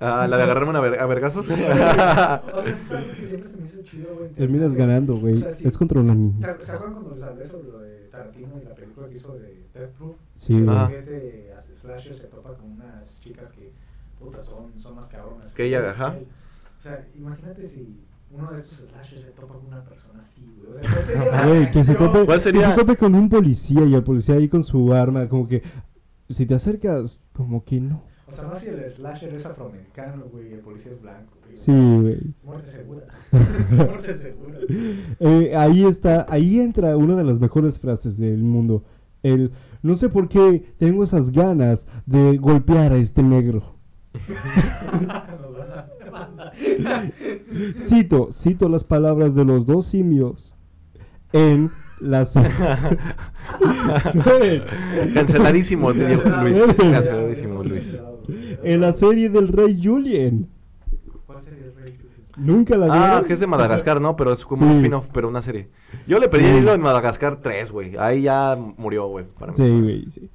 Ah, la de agarrarme una ver- a vergazos.
O sea, es algo que siempre se me hizo chido, güey.
Terminas
interesante.
ganando, güey.
O sea, sí.
Es contra una
¿Te
niña.
ac- ¿Se acuerdan cuando les hablé sobre lo de Tarantino y la película que hizo de Death Proof?
Sí,
Ajá.
güey.
Que este as- slasher se topa con unas chicas que, puta, son, son más cabronas.
Que ella, ajá.
él. O sea, imagínate si uno de estos slashers se topa con una persona así, güey. O sea, ¿cuál sería la
Güey, que se
reacción?
tope,
¿Cuál
que se
sería?
tope con un policía y el policía ahí con su arma, como que si te acercas, como que no.
O sea, más si el slasher es afroamericano, güey, el policía es blanco, güey.
Sí, güey.
Muerte segura. Muerte segura.
Eh, ahí está, ahí entra una de las mejores frases del mundo. El no sé por qué tengo esas ganas de golpear a este negro.
Nos van a demandar.
Cito, cito las palabras de los dos simios en la se-
Canceladísimo, te digo Luis.
Canceladísimo.
Canceladísimo, Luis.
en la serie del Rey Julien.
¿Cuál sería el rey?
Nunca la
Ah,
vieron?
que es de Madagascar, ¿no? Pero es como un
Sí.
spin-off, pero una serie. Yo le pedí
Sí.
el hilo en Madagascar 3, güey. Ahí ya murió, güey. para mí.
Sí, güey. sí.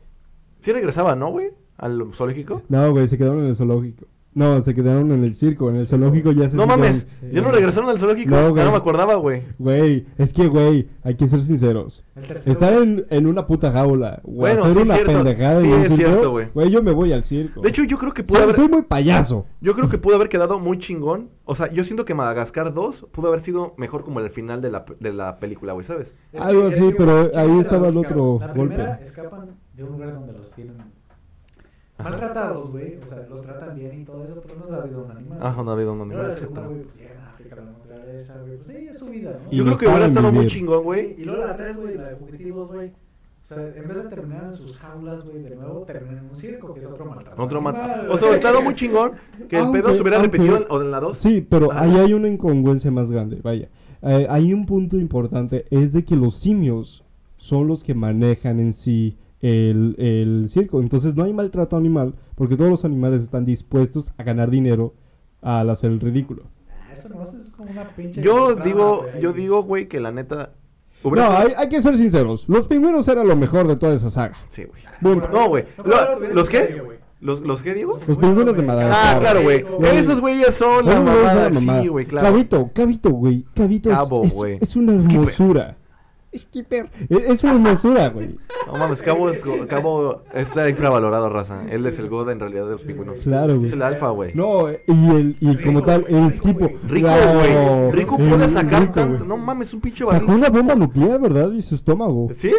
Sí regresaba, ¿no, güey? Al zoológico.
No, güey, se quedaron en el zoológico. No, se quedaron en el circo. En el zoológico ya se
No
sentaron-
mames,
Sí.
ya no regresaron al zoológico.
No,
Ya No,
güey.
me acordaba, güey.
Güey, es que, güey, hay que ser sinceros.
El tercero.
Estar en, en una puta jaula, güey,
Bueno,
hacer
sí es
una
cierto.
pendejada
Sí,
en un
es
circo,
cierto, güey.
yo me voy al circo.
De hecho, yo creo que pudo
soy,
haber.
soy muy payaso.
Yo creo que pudo haber quedado muy chingón. O sea, yo siento que Madagascar 2 pudo haber sido mejor como el final de la, de la película, güey, ¿sabes?
Es
Algo
que- es
así,
que,
pero
güey,
ahí
checa la
estaba el
lógica,
otro
La
golpe.
primera, escapan de un lugar donde los tienen maltratados, güey. O sea, los tratan bien y todo eso, pero no es la vida de un animal.
Ah, no, David, no, no,
Pero
no,
la
es cierto,
segunda,
no.
güey, pues llegan a África, la naturaleza, güey. Pues sí, es su vida, ¿no?
Y
Yo
lo
creo que hubiera
saben
estado muy
vivir.
chingón,
Sí,
güey.
y luego la 3, güey, la de fugitivos, güey. O sea, en vez de terminar en sus jaulas, güey, de nuevo terminan en un circo, que es otro maltrato.
Otro mata. O
animal,
sea, hubiera
güey.
estado muy chingón que el
Aunque-
pedo se hubiera
aunque-
repetido en- o en la 2.
Sí, pero
Ajá.
ahí hay una incongruencia más grande, vaya. Eh, hay un punto importante, es de que los simios son los que manejan en sí el, el circo. Entonces no hay maltrato animal, porque todos los animales están dispuestos a ganar dinero al hacer el ridículo.
Ah, Eso nomás es como una pinche.
Yo
entrada,
digo,
güey.
yo digo, güey, que la neta.
No,
hubiera sido-
hay, hay que ser sinceros. Los pingüinos eran lo mejor de toda esa saga.
Sí, güey.
Punto.
No, güey.
No,
Lo-
pero no
¿Los
tuvieras
qué?
serio, güey.
¿Los, los qué, Diego?
Los pingüinos de
Ah,
Madagascar.
claro, güey.
Güey.
Esos güeyes son la
Bueno, no, esa
mamada.
es la mamada.
Sí, güey, claro.
Cabito, cabito, güey. Cabito es-
Cabo,
es,
güey.
es una
Skipper.
hermosura. Skipper. Es, es una hermosura, güey.
No mames, Cabo es, go- Cabo es infravalorado, raza. Él es el god en realidad de los pingüinos.
Claro,
Sí,
güey.
es el alfa, güey.
No, eh, y, el, y
Rico,
como tal,
güey,
el
rico,
esquipo.
güey.
Rico,
Wow.
güey. Rico
Sí,
puede sacar
rico,
tanto.
güey.
No mames, un pinche
Sacó
barril.
una bomba nuclear, ¿verdad? Y su estómago.
¿Sí?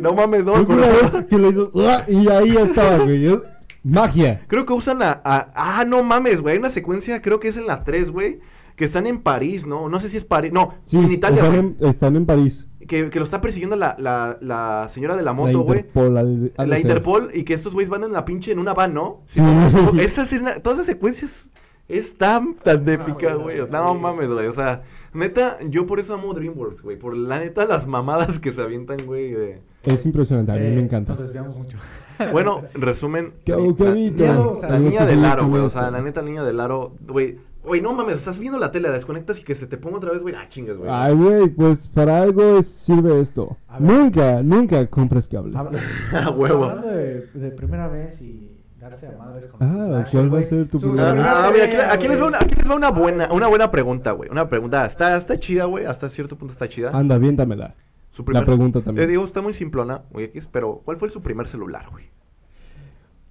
No mames, no.
Creo que
con-
una vez que le hizo, ¡ah! Y ahí ya estaba, güey. Es Magia.
Creo que usan a, a- Ah, no mames, güey. Hay una secuencia, creo que es en la 3, güey. Que están en París, ¿no? No sé si es París. No,
Sí,
en Italia,
están
güey.
en, están en París.
Que, que lo está persiguiendo la, la, la señora de la
la
moto, güey.
Interpol. al- ha de
La
ser.
Interpol y que estos güeyes van en la pinche en una van, ¿no? Sí,
Sí.
no, no, esa escena- todas esas secuencias es tan, tan épica, güey. No mames, güey. O sea, neta, yo por eso amo DreamWorks, güey. Por la neta, las mamadas que se avientan, güey. de-
Es impresionante, a mí
Eh,
me encanta.
Nos desviamos mucho.
Bueno, resumen.
Qué-
la-
qué
la-
bonito.
la-
Miedo, o sea,
la
tenemos
niña
que
del
seguir
aro,
con
güey. O
esto.
sea, la neta, niña del aro, güey. Güey, no mames, estás viendo la tele, la desconectas y que se te ponga otra vez, güey. Ah, chingas, güey.
Ay, güey, pues para algo es- sirve esto.
A ver.
Nunca, nunca compres cable.
Habla-
A huevo.
Hablando de, de primera vez y darse a madres con
Ah, ¿cuál va a ser tu primera vez?
Ah, mira, aquí, aquí les va
veo
una, aquí les va una buena, una buena pregunta, güey. Una pregunta, está, está chida, güey. Hasta cierto punto está chida.
Anda, viéntamela.
Su
Ah, La pregunta también.
Te digo, está muy simplona, güey, X, pero ¿cuál fue su primer celular, güey?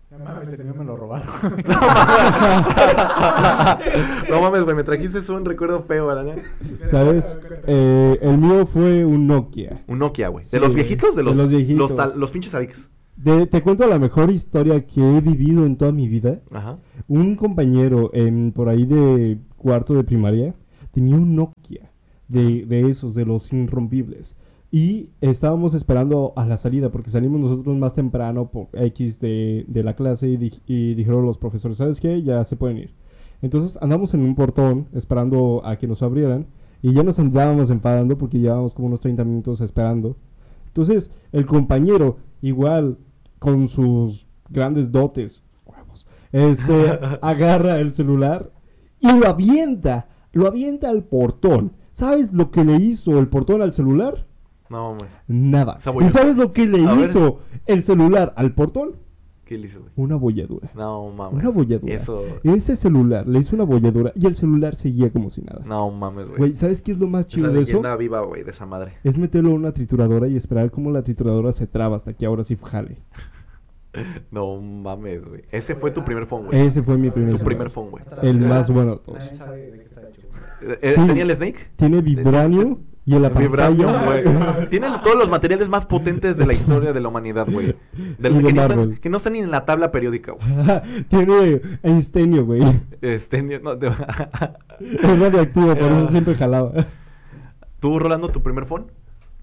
No mames, el mío me lo robaron.
No mames. No mames, güey, me trajiste un recuerdo feo, la neta.
¿Sabes? Eh, el mío fue un Nokia.
Un Nokia, güey. De
Sí,
los
güey.
viejitos, de
De
los
los viejitos.
los, tal- los pinches Avix.
De- te cuento la mejor historia que he vivido en toda mi vida.
Ajá.
Un compañero en, por ahí de cuarto de primaria tenía un Nokia de, de esos, de los irrompibles. Y estábamos esperando a la salida porque salimos nosotros más temprano por X de, de la clase y, dij- y dijeron los profesores, ¿sabes qué? Ya se pueden ir. Entonces andamos en un portón esperando a que nos abrieran y ya nos andábamos enfadando porque llevábamos como unos 30 minutos esperando. Entonces el compañero igual con sus grandes dotes, huevos, este, agarra el celular y lo avienta, lo avienta al portón. ¿Sabes lo que le hizo el portón al celular?
No mames.
Nada.
Esa
¿Y
bolladura.
sabes lo que le
A ver.
hizo el celular al portón?
¿Qué le hizo, güey?
Una bolladura.
No mames.
Una bolladura.
Eso.
Ese celular le hizo una bolladura y el celular seguía como si nada.
No mames, güey.
Güey, ¿sabes qué es lo más
es la
chido de eso?
leyenda viva, güey, de esa madre.
Es meterlo a una trituradora y esperar cómo la trituradora se traba hasta que ahora sí jale.
No mames, güey. Ese fue tu primer phone, güey.
Ese fue mi primer
Tu
celular.
primer phone, güey.
Hasta la
El
fecha,
más bueno de todos.
Nadie sabe de qué está hecho.
Eh, eh,
Sí.
¿Tenía el Snake?
Tiene vibranio y en la
El Vibranium,
pantalla-
güey. Tiene todos los materiales más potentes de la historia de la humanidad, güey. Del-
Y de
Que, no están-
Marvel.
que no están ni en la tabla periódica, güey.
Tiene einstenio, güey.
Este, ni- no, de-
Es radioactivo, por eso siempre jalaba.
¿Tú, Rolando, tu primer phone?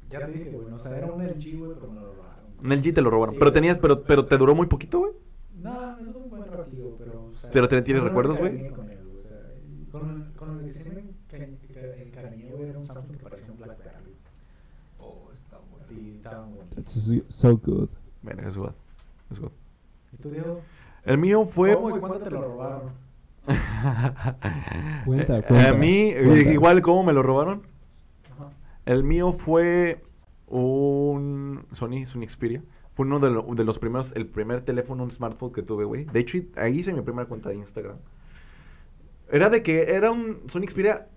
Ya te dije, güey. O sea, era un LG, güey, pero me lo robaron.
En el G te lo robaron.
Sí,
pero
güey.
tenías, pero, pero te duró muy poquito, güey.
No, no tuve un buen ratillo, pero. o sea,
¿Pero te- tienes
no me
recuerdos, güey?
encariñé Con, él, güey, o sea, y con, con el que sí me enca- enca- encariñé, güey, era un Samsung que parecía un Blackberry. Oh, está bueno. Sí, estaba bueno.
It's So good.
Venga, es good. Es good.
¿Y tú, Diego?
El mío fue.
¿Cómo y cuánto te lo robaron?
Cuenta,
Eh,
cuenta,
A mí,
cuenta.
igual, ¿cómo me lo robaron?
Ajá.
El mío fue un Sony, es un Xperia. Fue uno de, lo- de los primeros, el primer teléfono, un smartphone que tuve, güey. De hecho, ahí hice mi primera cuenta de Instagram. Era de que era un Sony Xperia,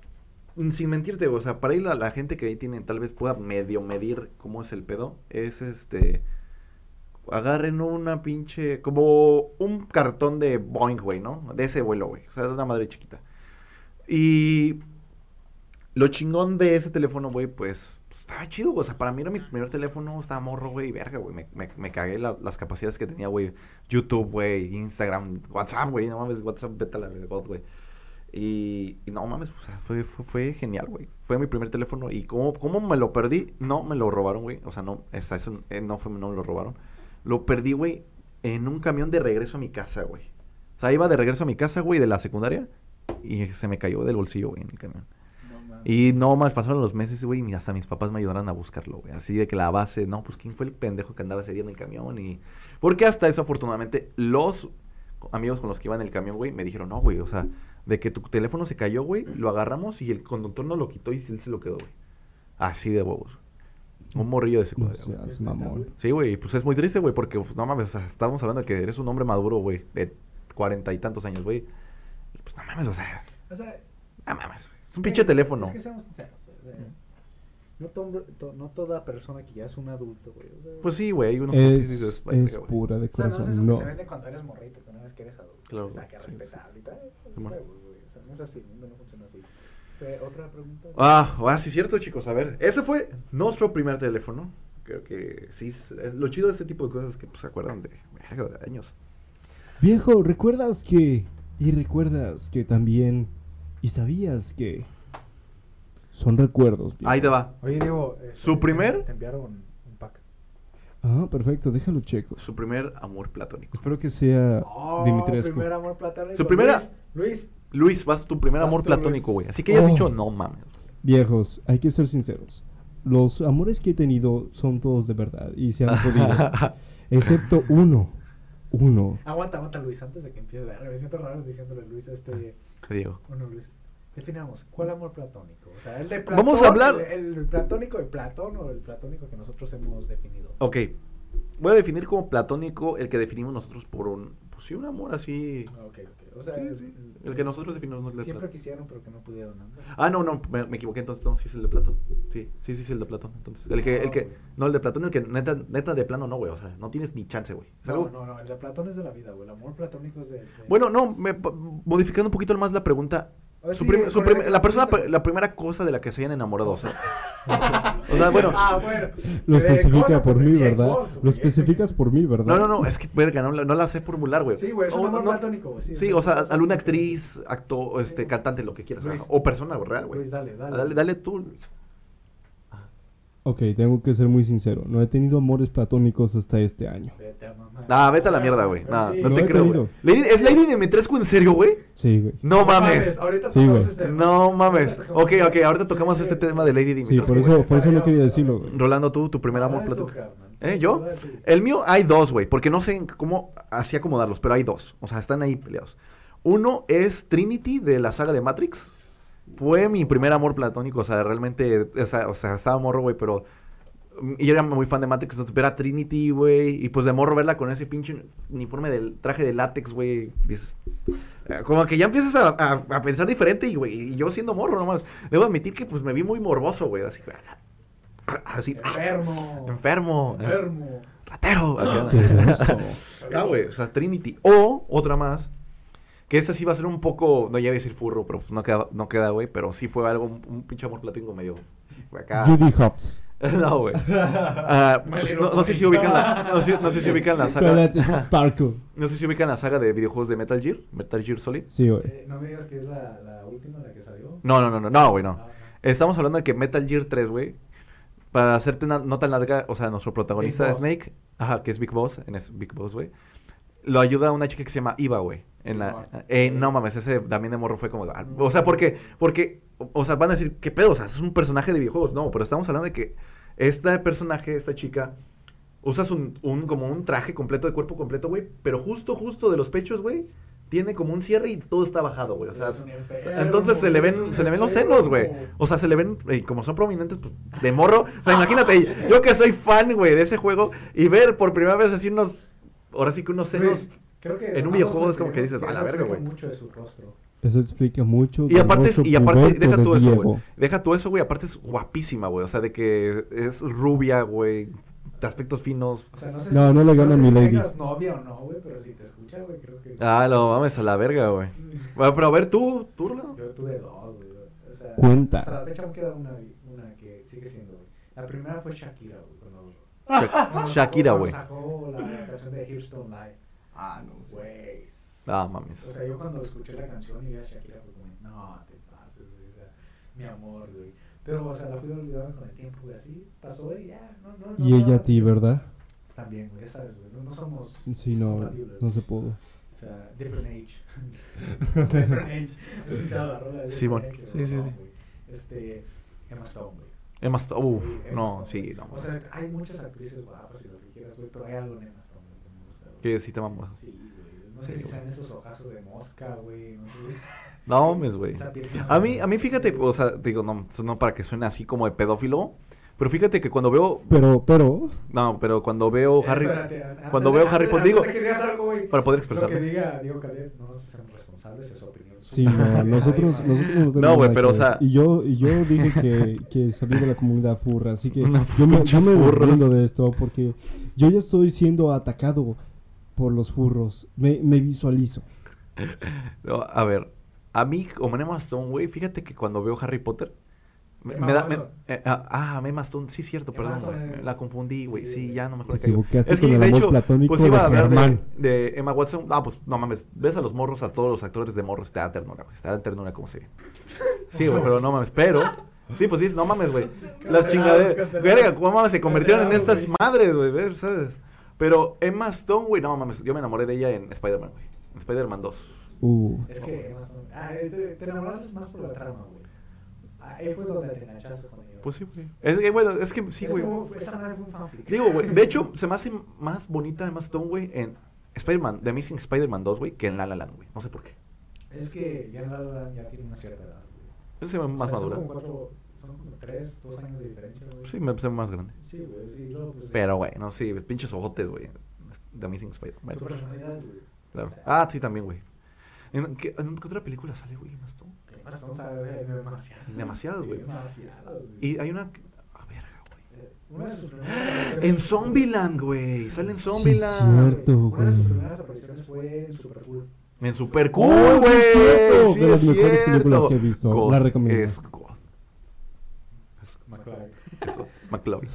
mm, sin mentirte, güey, o sea, para ir a la gente que ahí tiene, tal vez pueda medio medir cómo es el pedo, es este... Agarren una pinche... como un cartón de Boeing, güey, ¿no? De ese vuelo, güey. O sea, de una madre chiquita. Y lo chingón de ese teléfono, güey, pues estaba chido, güey. O sea, para mí era mi primer teléfono, estaba morro, güey, y verga, güey. Me, me, me cagué la- las capacidades que tenía, güey. YouTube, güey, Instagram, WhatsApp, güey. No mames, WhatsApp, vete a la verga, güey. Y, y no mames, o sea, fue, fue, fue genial, güey. Fue mi primer teléfono. ¿Y cómo, cómo me lo perdí? No me lo robaron, güey. O sea, no, está, eso, eh, no, fue, no me lo robaron. Lo perdí, güey, en un camión de regreso a mi casa, güey. O sea, iba de regreso a mi casa, güey, de la secundaria. Y se me cayó del bolsillo, güey, en el camión.
No mames.
Y no más, pasaron los meses, güey, y hasta mis papás me ayudaron a buscarlo, güey. Así de que la base, no, pues quién fue el pendejo que andaba ese día en el camión y. Porque hasta eso, afortunadamente, los amigos con los que iba en el camión, güey, me dijeron, no, güey, o sea, de que tu teléfono se cayó, güey, lo agarramos y el conductor no lo quitó y él se lo quedó, güey. Así de bobos. Un morrillo de
No
secundaria. güey.
seas mamón.
Sí, güey, pues es muy triste, güey, porque pues, no mames, o sea, estábamos hablando de que eres un hombre maduro, güey, de cuarenta y tantos años, güey. Y pues no mames, o sea,
O sea,
no mames, güey. Es un pinche
Güey,
teléfono.
Es que seamos sinceros. güey, o sea, No, to- to- no toda persona que ya es un adulto, güey. o sea,
Pues sí, güey, hay unos que sí
Es,
dices, "Ay,
es
güey".
pura de
o sea, no es eso
corazón.
que
No.
te venden cuando eres morrito, que una vez que eres adulto.
Claro,
O sea, que
sí,
respetar y tal.
Simón.
güey, güey, O sea, no es así, el mundo no funciona así. Eh, Otra pregunta.
Ah, ah, sí, cierto, chicos. A ver, ese fue nuestro primer teléfono. Creo que sí, es, es lo chido de este tipo de cosas que pues, se acuerdan de, verga, de años.
Viejo, ¿recuerdas que? Y recuerdas que también. Y sabías que. Son recuerdos. viejo.
Ahí te va.
Oye, Diego. eh,
¿Su
te-
primer?
Te enviaron un pack.
Ah, perfecto, déjalo checo.
Su primer amor platónico.
Espero que sea
Su
Dimitrescu.
primer amor platónico.
Oh, Su primera-
Luis. Luis,
Luis, vas tu primer
Vas
amor
tú,
platónico,
Luis.
güey. Así que ya has
Oh.
dicho, no mames.
Viejos, hay que ser sinceros. Los amores que he tenido son todos de verdad y se han podido. excepto uno. Uno.
Aguanta, aguanta, Luis, antes de que empiece. verga, Me siento raro diciéndole Luis a este.
Te digo.
Bueno, Luis, definamos, ¿cuál amor platónico? O sea, el de Platón.
Vamos a hablar-
El, el platónico de Platón o el platónico que nosotros hemos definido.
Ok. Voy a definir como platónico el que definimos nosotros por un. Pues sí, un amor así.
Ah, Ok, ok. O sea,
Sí,
el-
sí.
el-
El que nosotros definimos. no es el
siempre
platónico.
quisieron, pero que no pudieron. ¿no?
Ah, no, no, me, me equivoqué entonces, no, sí es el de Platón. Sí, sí, sí es el de Platón. Entonces, el que, el que,
Ah.
no, el de Platón, el que neta, neta de plano no, güey, o sea, no tienes ni chance, güey. Es algo-
No, eh. no, no, el de Platón es de la vida, güey. El amor platónico es de. de-
Bueno, no, me- po- modificando un poquito más la pregunta,
A ver,
su
sí,
prim-
con
su
el
prim-
que
la persona,
conociste.
la primera cosa de la que se hayan enamorado, o sea, o sea, bueno,
Ah, bueno.
Lo
Eh,
especifica
cosa,
por
pues,
mí,
de
¿verdad?
Xbox,
Lo
güey.
especificas por mí, ¿verdad?
no, no, no, es que, verga, no, la- no la sé formular, güey.
Sí, güey, es un
O-
amor
no-
platónico, güey. Sí,
Sí, o sea, alguna actriz, actor, este, cantante, lo que quieras, o sea,
Luis.
o persona real, güey.
Luis, dale, dale.
Dale, dale tú, Luis.
Ok, tengo que ser muy sincero. No he tenido amores platónicos hasta este año.
Vete a mamar.
Ah, vete a la mierda, güey.
Sí.
Nah, no
No
te
he
creo, güey.
tenido.
Lady- ¿Es Lady Dimitrescu en serio, güey?
Sí, güey.
No mames.
Ahorita
Sí,
tocamos
güey.
este-
No mames.
Ahorita tocamos
Ok, ok,
este-
ahorita
Sí,
tocamos
sí,
este
sí.
tema de Lady
Sí,
Dimitrescu.
por
güey.
eso, por eso no quería decirlo, güey.
Rolando, tú, tu primer amor
Dale tú,
platónico.
carnal.
¿Eh? ¿Yo?
Sí.
El mío hay dos, güey, porque no sé en cómo así acomodarlos, pero hay dos. O sea, están ahí peleados. Uno es Trinity de la saga de Matrix. Fue mi primer amor platónico, o sea, realmente, o sea, o sea, estaba morro, güey, pero... mm, Y yo era muy fan de Matrix, entonces ver a Trinity, güey, y pues de morro verla con ese pinche uniforme del traje de látex, güey. dices, eh, Como que ya empiezas a, a- a pensar diferente y, güey, y yo siendo morro nomás. Debo admitir que pues me vi muy morboso, güey, así. "Ah, Así. "Ah,
Enfermo.
Enfermo.
Enfermo.
Ratero. acá. Ah, güey, o sea, Trinity. O otra más, que esta sí va a ser un poco, no ya iba a decir furro, pero pues no queda, no queda, güey, pero sí fue algo, un, un pinche amor platónico medio acá.
Judy Hobbs.
no, güey. Ah, pues, no, no sé si ubican la, no sé, no sé si ubican la
Twilight
saga,
Sparkle.
no sé si ubican la saga de videojuegos de Metal Gear, Metal Gear Solid.
Sí, güey.
Eh, no me digas que es la, la última, la que salió.
No, no, no, no, no, güey, no.
Ah,
Estamos hablando de que Metal Gear 3, güey, para hacerte una, no tan larga, o sea, nuestro protagonista
Big Boss.
Snake, ajá, que es Big Boss, en es Big Boss, güey, lo ayuda a una chica que se llama Iva, güey. En
Sí,
la,
Iva.
eh, no mames, ese también de morro fue como. ah, O sea, porque, porque, o- o sea, van a decir, ¿qué pedo? O sea, es un personaje de videojuegos. No, pero estamos hablando de que este personaje, esta chica, usas un, un- como un traje completo de cuerpo completo, güey, pero justo, justo de los pechos, güey, tiene como un cierre y todo está bajado, güey. O sea,
es un enfermo,
entonces se le
es un
ven, se le ven los senos, güey.
enfermo.
O sea, se le ven, eh, como son prominentes, pues, de morro. O sea, imagínate, yo que soy fan, güey, de ese juego, y ver por primera vez así unos, ahora sí que unos senos.
Güey, creo que
en un
ambos
videojuego es como que
coincidimos
dices, "A la
eso
verga,
explica
güey".
mucho de su rostro.
Eso explica mucho.
Y
del
aparte,
rostro
y aparte,
puberto
deja
de
tú eso,
Diego.
güey. Deja tú eso, güey, aparte es guapísima, güey. O sea, de que es rubia, güey, de aspectos finos.
O sea, no sé
No,
si,
no le gana
sé
a
si
Milady.
tengas novia o no, güey, pero si te escucha, güey, creo que...
Ah, no mames, a la verga, güey. Bueno, pero a ver, tú, tú, Rolando.
Yo tuve dos, güey. O sea,
Cuenta.
Hasta la fecha me queda una, una que sigue siendo, güey. La primera fue Shakira, güey, cuando...
Sha-
cuando
Ah, Shakira,
sacó-
güey.
cuando sacó la canción de Hips Don't Lie.
Ah, no. sí.
Güey.
Ah, mames.
O sea, yo cuando escuché la canción y vi a Shakira fue como, no, te pases, güey. O sea, mi amor, güey. Pero, o sea, la fui olvidando con el tiempo, güey. Así pasó y ya, no, no, no.
Y ella a
nada.
ti, ¿verdad?
También, güey, ya sabes, güey. No, no somos
Sí, no,
compatibles.
no se pudo.
O sea, different age. different age. He escuchado la rola de
Simón.
Different Age,
Sí,
güey,
sí,
no,
sí.
güey. Este, Emma Stone, güey.
Emma Stone,
Sí,
uf,
Emma
no,
Stone,
sí,
güey.
no.
O sea, hay muchas actrices guapas y lo que quieras, güey, pero hay algo en Emma Stone, güey, que me gusta, güey.
Que sí te mamas.
Sí, güey. No sé si sean esos ojazos de mosca, güey. No sé.
No mames, güey.
Esa piel que-
A mí, a mí, fíjate, o sea, digo, no, no para que suene así como de pedófilo, pero fíjate que cuando veo,
Pero, pero,
no, pero cuando veo
Eh,
Harry,
espérate, antes
cuando
de-
veo
antes-
Harry Potter,
antes de
digo,
que digas algo, güey,
para poder
Lo que
expresarme.
diga Diego Cadet, no nos hacemos responsables, es su opinión.
sí, no, nosotros, nosotros no tenemos
No, güey,
nada
pero,
que
o sea-
ver. Y yo, y yo dije que, que salí de la comunidad furra, así que
No,
yo me, yo
pinches
me
furros.
deslindo de esto porque yo ya estoy siendo atacado por los furros. Me, me visualizo.
No, a ver, a mí, como Emma Stone, güey, fíjate que cuando veo Harry Potter, me,
Emma
me da, me-
Watson.
eh, ah, ah, Emma Stone, sí, cierto,
Emma
perdón,
Stone
güey,
es-
la confundí, güey,
sí,
sí,
güey.
ya no
Te
me acuerdo. qué-
equivocaste
Es que,
con el
de
amor
hecho,
platónico
pues iba a
de
hablar de,
Germán.
de Emma Watson, ah, pues, no mames, ves a los morros, a todos los actores de morros, te da ternura, güey, te da ternura como se ve. Sí, güey, pero no mames, pero... Sí, pues dices, no mames, güey. Las
Cancelados,
chingaderas.
cancelados.
Verga, cómo mames, se convirtieron en
Cancelados,
estas madres, güey, ver, ¿sabes? Pero Emma Stone, güey, no mames, yo me enamoré de ella en Spider-Man, güey. En Spider-Man 2.
Uh,
Es que Emma Stone. Ah, eh, te, te enamoraste más por la trama, güey. Ah, ahí fue donde te enganchaste con ella.
Pues sí, güey. Es que, bueno, es que sí,
Es
güey.
como- Esta madre fue un fanfic.
Digo, güey, de hecho, se me hace más bonita Emma Stone, güey, en Spider-Man, The Amazing Spider-Man 2, güey, que en La La Land, güey. No sé por qué.
Es que ya en La La Land ya tiene una cierta edad, güey.
Yo se me ve más
O sea,
madura.
Son como cuatro, son como tres, dos años de diferencia, güey.
Sí, me se me ve más grande.
Sí, güey, sí, luego, pues,
Pero, güey, no, sí, pinches ojotes, güey. The Amazing Spider-Man.
Su personalidad, güey.
Claro. Ah, sí, también, güey. ¿En qué, en qué otra película sale, güey, Emma Stone?
Que Emma Stone sabe demasiado.
Demasiado, güey.
Demasiado, güey.
Y hay una... que- A verga, güey.
Eh, Una de sus primeras apariciones-
En Zombieland, güey. Sale en
Sí,
Zombieland.
cierto.
Una de sus
güey.
primeras apariciones fue en Super Cool.
En Super Cool,
Oh, sí
güey.
es cierto.
sí,
De las
es
mejores
cierto.
películas que he visto.
God
La recomiendo.
Es God.
McFly.
Es God. McLovin.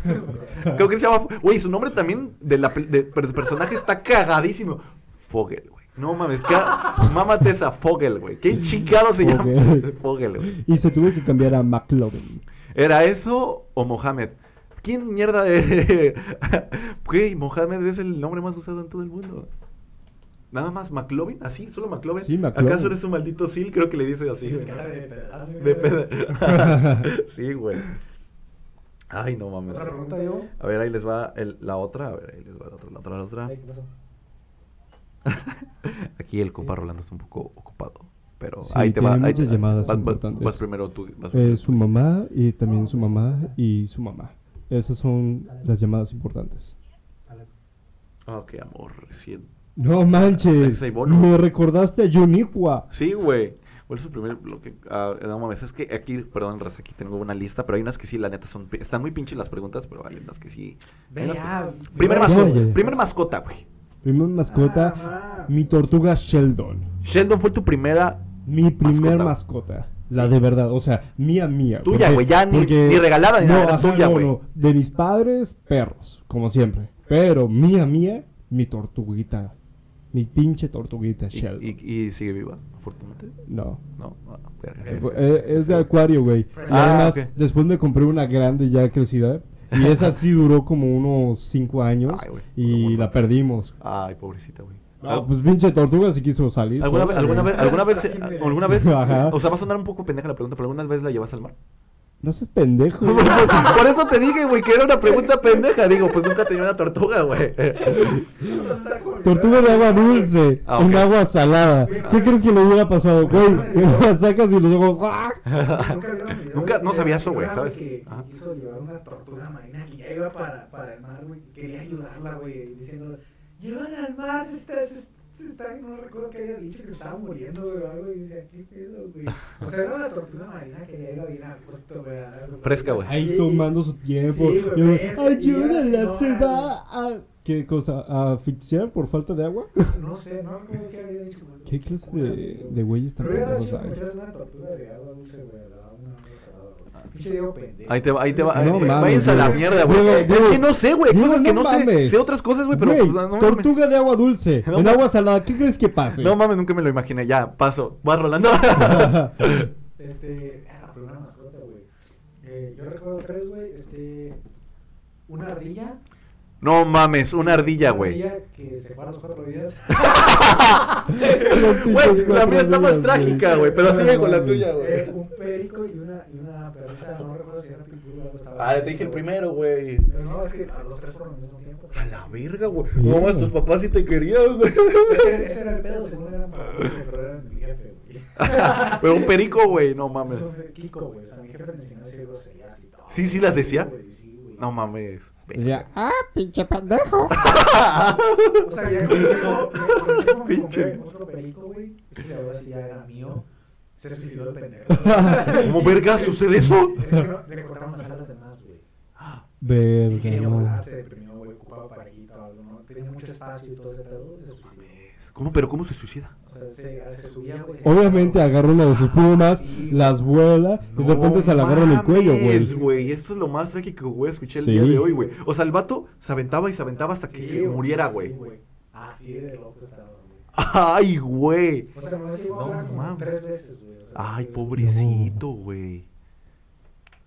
Creo que se llama. Güey, su nombre también de la pel- de- del personaje está cagadísimo. Fogel, güey. No mames, ca- mámate esa Fogel, güey. ¿Qué chingado se llama?
Fogel.
Fogel, güey.
y se tuvo que cambiar a McLovin.
¿Era eso o Mohamed? ¿Quién mierda de.? Güey, Mohamed es el nombre más usado en todo el mundo. Nada más, McLovin, así, solo McLovin.
Sí, McLovin.
¿Acaso eres un maldito Sil? Creo que le dice así.
Tienes
güey.
cara de pedazo,
De
güey.
peda- sí, güey. Ay, no mames.
Otra pregunta, Diego.
A ver, ahí les va el- la otra. A ver, ahí les va la otra, la otra, la otra.
Ay, ¿qué pasó?
Aquí el compa Rolando está un poco ocupado. Pero
Sí,
ahí te va.
tiene
ahí te-
muchas llamadas
vas, vas-
importantes.
vas primero tú. vas
Eh,
primero
su
tú.
mamá y también su mamá y su mamá. Esas son las llamadas importantes.
Dale.
Ah, qué amor. Recién.
No manches.
Ese bono.
Me recordaste a Yuniqua.
Sí, güey. ¿Cuál es su primer bloque? Ah, no mames, es que aquí, perdón, Raza, aquí tengo una lista, pero hay unas que sí, la neta, son. pi- Están muy pinches las preguntas, pero hay unas que sí.
Ve
hay unas
ya,
que-
ve
Primer
ya.
mascota,
Oye.
primer mascota, güey.
Primer mascota,
Ah,
mi tortuga Sheldon.
Sheldon fue tu primera.
Mi primer
Mascota.
mascota. La de verdad, o sea, mía, mía.
Tuya,
porque-
güey, ya ni- ni regalada ni
no,
nada, era
ajá,
tuya,
no,
güey.
no. De mis padres, perros, como siempre. Pero mía, mía, mi tortuguita. Mi pinche tortuguita
Y,
Sheldon.
y- y sigue viva, afortunadamente.
No.
No, ah, verga.
Eh, eh, Es de acuario, güey. Y
Ah,
además,
ok.
después me compré una grande ya crecida. Y esa sí duró como unos 5 años.
Ay, güey,
y
muy
la
mal.
perdimos.
Ay, pobrecita, güey.
Ah, pues pinche tortuga sí quiso salir. Eh,
¿Alguna vez,
sola,
alguna
güey.
vez, alguna vez,
Sáquenme de ahí.
alguna vez,
Ajá.
o sea, va a sonar un poco pendeja la pregunta, pero alguna vez la llevas al mar?
No seas pendejo. güey.
Por eso te dije, güey, que era una pregunta pendeja. Digo, pues nunca tenía una tortuga, güey.
está complicado.
Tortuga de agua dulce,
Ah,
en
ok.
agua salada. ¿Qué crees que le hubiera pasado, güey? Las sacas y los ojos. ¡ah!
Nunca vieron el video
Nunca-
de-
no
de
sabía
la
eso, güey,
señora,
¿sabes?
Que, que
Ajá.
quiso llevar una tortuga marina que ya iba para, para el mar, güey. y Quería ayudarla, güey, diciendo, llevan al mar, se está, se, se está, no recuerdo que haya dicho que se estaba muriendo, güey, o algo, y decía, qué pedo, güey. O sea, era una tortuga marina que ya iba bien a gusto, güey. a dar su-
Fresca, güey.
Ahí tomando su tiempo.
Sí, güey,
Y yo,
es que
Ayúdala,
llegas y
se
no,
va a. ¿Qué cosa? ¿A asfixiar por falta de agua?
No sé, no recuerdo que había dicho, güey.
¿Qué clase de, de güeyes tan
Pero hubiera
pendejos
dicho
hay?
que eras una tortuga de agua dulce, güey, a la- una agua salada, güey. Pinche Diego pendejo.
Ahí te va, ahí te va.
No
eh,
mames,
váyanse a la
güey.
mierda, güey.
Diego,
es
Diego.
que no sé, güey.
Digo,
Cosas que
no
no sé.
mames.
Sé otras cosas, güey, pero
Güey,
pues, no mames.
tortuga de agua dulce, en
No mames.
agua salada. ¿Qué crees que pase?
No mames, nunca me lo imaginé. Ya, paso. Vas rolando.
Este, ah, pero una mascota, güey. Eh, yo recuerdo tres, güey. Este, una ardilla.
no mames, una ardilla,
Una
güey. Ah,
ardilla que se fue a los cuatro días.
Los pinches
Güey, la
cuatro
mía está
días,
más trágica, güey. Pero
No
sigue con la
mames.
tuya,
Eh,
güey.
un perico y una, y una perrita. No recuerdo si era pitbull o algo. estaba-
Ah, te dije el primero, güey.
Pero no, es que a los tres fueron al mismo tiempo.
A la verga, güey.
Sí.
No mames, tus papás sí te querían, güey.
Ese, era- ese era el pedo, según eran para mí, pero era mi jefe, güey.
Ah. Pero un perico, güey. No mames.
Eso fue Kiko, güey. O sea, mi jefe me enseñó a decir groserías y todo.
Sí, sí las decía.
güey, sí, güey.
No mames.
O sea, ah, pinche pendejo.
O sea, ya que llegó,
Pinche.
pinche. Otro perico, güey. Este ahora sí ya era mío. Se suicidó el pendejo.
¿Cómo verga sucede eso?
Es que no, le cortaron las alas de más, güey. Y
Verga,
quería
no.
volar, se deprimió, güey. Ocupaba parejita o algo, ¿no? Tenía mucho espacio y todo ese pedo. Se suicidó.
¿Cómo? ¿Pero cómo se suicida?
O sea, se, se subía, güey.
Obviamente agarra una de sus plumas,
sí,
las vuela y de repente se la agarra en el cuello,
mames,
güey.
güey. Esto es lo más trágico que güey, escuché el
Sí.
día de hoy, güey. O sea, el vato se aventaba y se aventaba hasta que
Sí,
se
güey,
muriera,
sí,
güey.
Así de loco estaba, güey.
Ay, güey.
O sea, nomás llegó
No
a hablar como
mames.
tres veces, güey. o sea,
Ay,
güey,
pobrecito, güey.